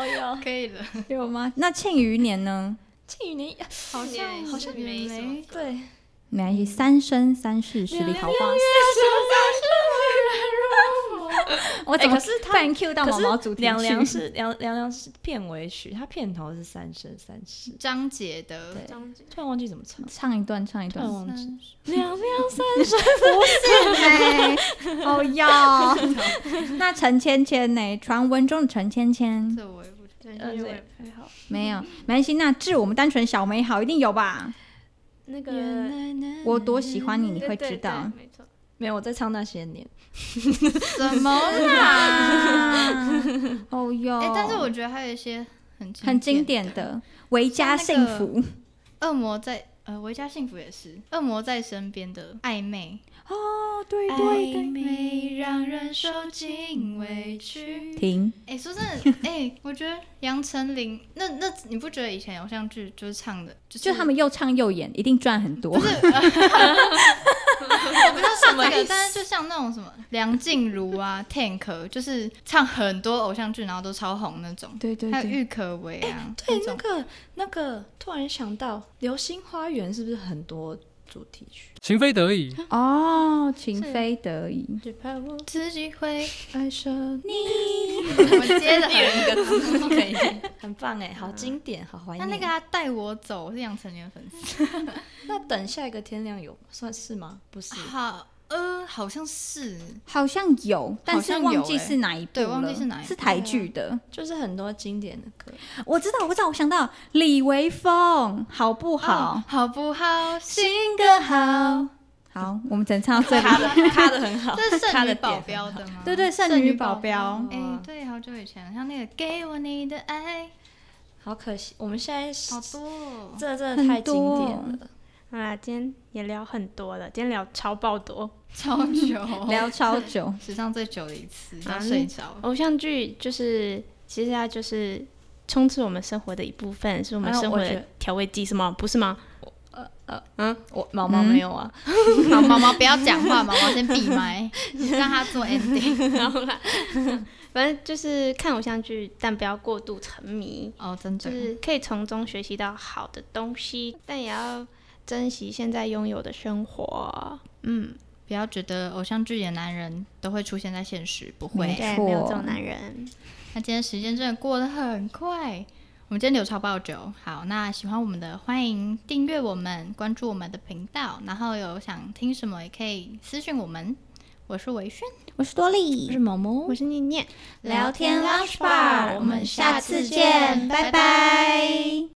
Speaker 1: 哦哟，
Speaker 2: 可以了，
Speaker 4: 有吗？那庆余年呢？
Speaker 1: 庆余年
Speaker 2: 好像
Speaker 3: 好像
Speaker 2: 没什么。
Speaker 1: 对，
Speaker 4: 没关系，三生三世十里桃花。我怎么
Speaker 1: 哎可是他
Speaker 4: 突然 Q 到
Speaker 1: 可
Speaker 4: 毛
Speaker 1: 是
Speaker 4: 毛主题
Speaker 1: 凉凉
Speaker 4: 曲？
Speaker 1: 是凉凉凉是片尾曲，它片头是三生三世，
Speaker 2: 张杰的嗯
Speaker 1: 对
Speaker 3: 张姐
Speaker 1: 突然忘记怎么唱，
Speaker 4: 唱一段，唱一
Speaker 1: 突
Speaker 4: 段
Speaker 1: 然。忘记。凉凉三
Speaker 4: 哎哦哟，那陈芊芊呢？传闻中的陈芊芊
Speaker 2: 这我也不知道。
Speaker 3: 对，
Speaker 1: 呃
Speaker 3: 因
Speaker 1: 对
Speaker 3: 为还好。
Speaker 4: 没有，没关系。那致我们单纯小美好一定有吧？
Speaker 3: 那个
Speaker 4: 我多喜欢你，你会
Speaker 3: 对
Speaker 4: 知道
Speaker 3: 对。对没错。
Speaker 1: 没有，我在唱那些年。
Speaker 2: 什 么啦？
Speaker 4: 哦哟，
Speaker 2: 哎，但是我觉得还有一些很
Speaker 4: 很经
Speaker 2: 典
Speaker 4: 典的《维家幸福》
Speaker 2: 的，恶魔在呃，维嘉幸福也是恶魔在身边的暧昧，
Speaker 4: 哦，对
Speaker 2: 暧昧让人受尽委屈。
Speaker 4: 停。
Speaker 2: 哎、说真的，哎、 我觉得杨丞琳，那那你不觉得以前偶像剧就是唱的，就是
Speaker 4: 就他们又唱又演，一定赚很多。
Speaker 2: 我不知道什么个，但是就像那种什么梁静茹啊、Tank，就是唱很多偶像剧，然后都超红那种。
Speaker 4: 对对
Speaker 2: 还有郁可唯啊，
Speaker 1: 对，
Speaker 2: 那
Speaker 1: 那
Speaker 2: 种
Speaker 1: 个那个，突然想到《流星花园》是不是很多主题曲？
Speaker 5: 情非得已，
Speaker 4: 哦，情
Speaker 2: 是
Speaker 4: 非得已。
Speaker 1: 只怕我
Speaker 2: 自己会，
Speaker 1: 爱上你，
Speaker 2: 我们接着
Speaker 1: 可以，很棒哎，好经典，好怀
Speaker 2: 那
Speaker 1: 念。
Speaker 2: 那个啊带我走，我是杨丞琳的粉丝。
Speaker 1: 那等下一个天亮有算是吗？不是，
Speaker 2: 好，呃，好像是
Speaker 4: 好像有，但是
Speaker 2: 好像有
Speaker 4: 忘记是哪一部
Speaker 2: 对
Speaker 4: 了。
Speaker 2: 忘记是哪一部
Speaker 4: 是台剧的。
Speaker 1: 就是很多经典的 歌。
Speaker 4: 我知道，我知道，我想到李维峰，好不好
Speaker 2: 哦？好不好？
Speaker 4: 新歌好。好，我们只能唱到这里。
Speaker 1: 卡的很好，
Speaker 2: 这是
Speaker 1: 卡
Speaker 2: 剩女
Speaker 1: 得
Speaker 2: 保
Speaker 1: 点
Speaker 2: 镖
Speaker 1: 很好
Speaker 2: 的 吗？
Speaker 4: 对对，剩女保镖
Speaker 1: 宝。
Speaker 2: 哎、对，好久以前，像那个《给我你的爱》，
Speaker 1: 好可惜，我们现在
Speaker 2: 好多、哦。
Speaker 1: 这真的太经典
Speaker 4: 很
Speaker 1: 了。
Speaker 3: 好啦，今天也聊很多了，今天聊超爆多。
Speaker 2: 超久，，
Speaker 4: 聊超久
Speaker 2: 史上最久的一次，
Speaker 3: 啊
Speaker 2: 要睡着。
Speaker 3: 偶像剧就是其实它就是充斥我们生活的一部分，啊是我们
Speaker 1: 哎
Speaker 3: 生活
Speaker 1: 我觉
Speaker 3: 的
Speaker 1: 得
Speaker 3: 调味剂，是吗？不是 吗？
Speaker 1: 我毛毛没有啊，
Speaker 2: 嗯好，毛毛不要讲话，毛毛先闭 麦，让他做 ending。
Speaker 3: 然后 啦，反正就是看偶像剧，但不要过度沉迷，
Speaker 2: 哦，真
Speaker 3: 就
Speaker 2: 的，
Speaker 3: 是可以从中学习到好的东西，但也要珍惜现在拥有的生活。
Speaker 2: 嗯，不要觉得偶像剧里的男人都会出现在现实，不会
Speaker 4: 没。
Speaker 3: 对，
Speaker 4: 错
Speaker 3: 没有这种男人。
Speaker 2: 那今天时间真的过得很快，我们今天流超爆久。好，那喜欢我们的，欢迎订阅我们，关注我们的频道，然后有想听什么也可以私信我们。我是维轩，
Speaker 4: 我是多莉，
Speaker 1: 我是毛毛
Speaker 3: 我，是念念。
Speaker 4: 聊天 Lounge Bar，我们下次见，拜拜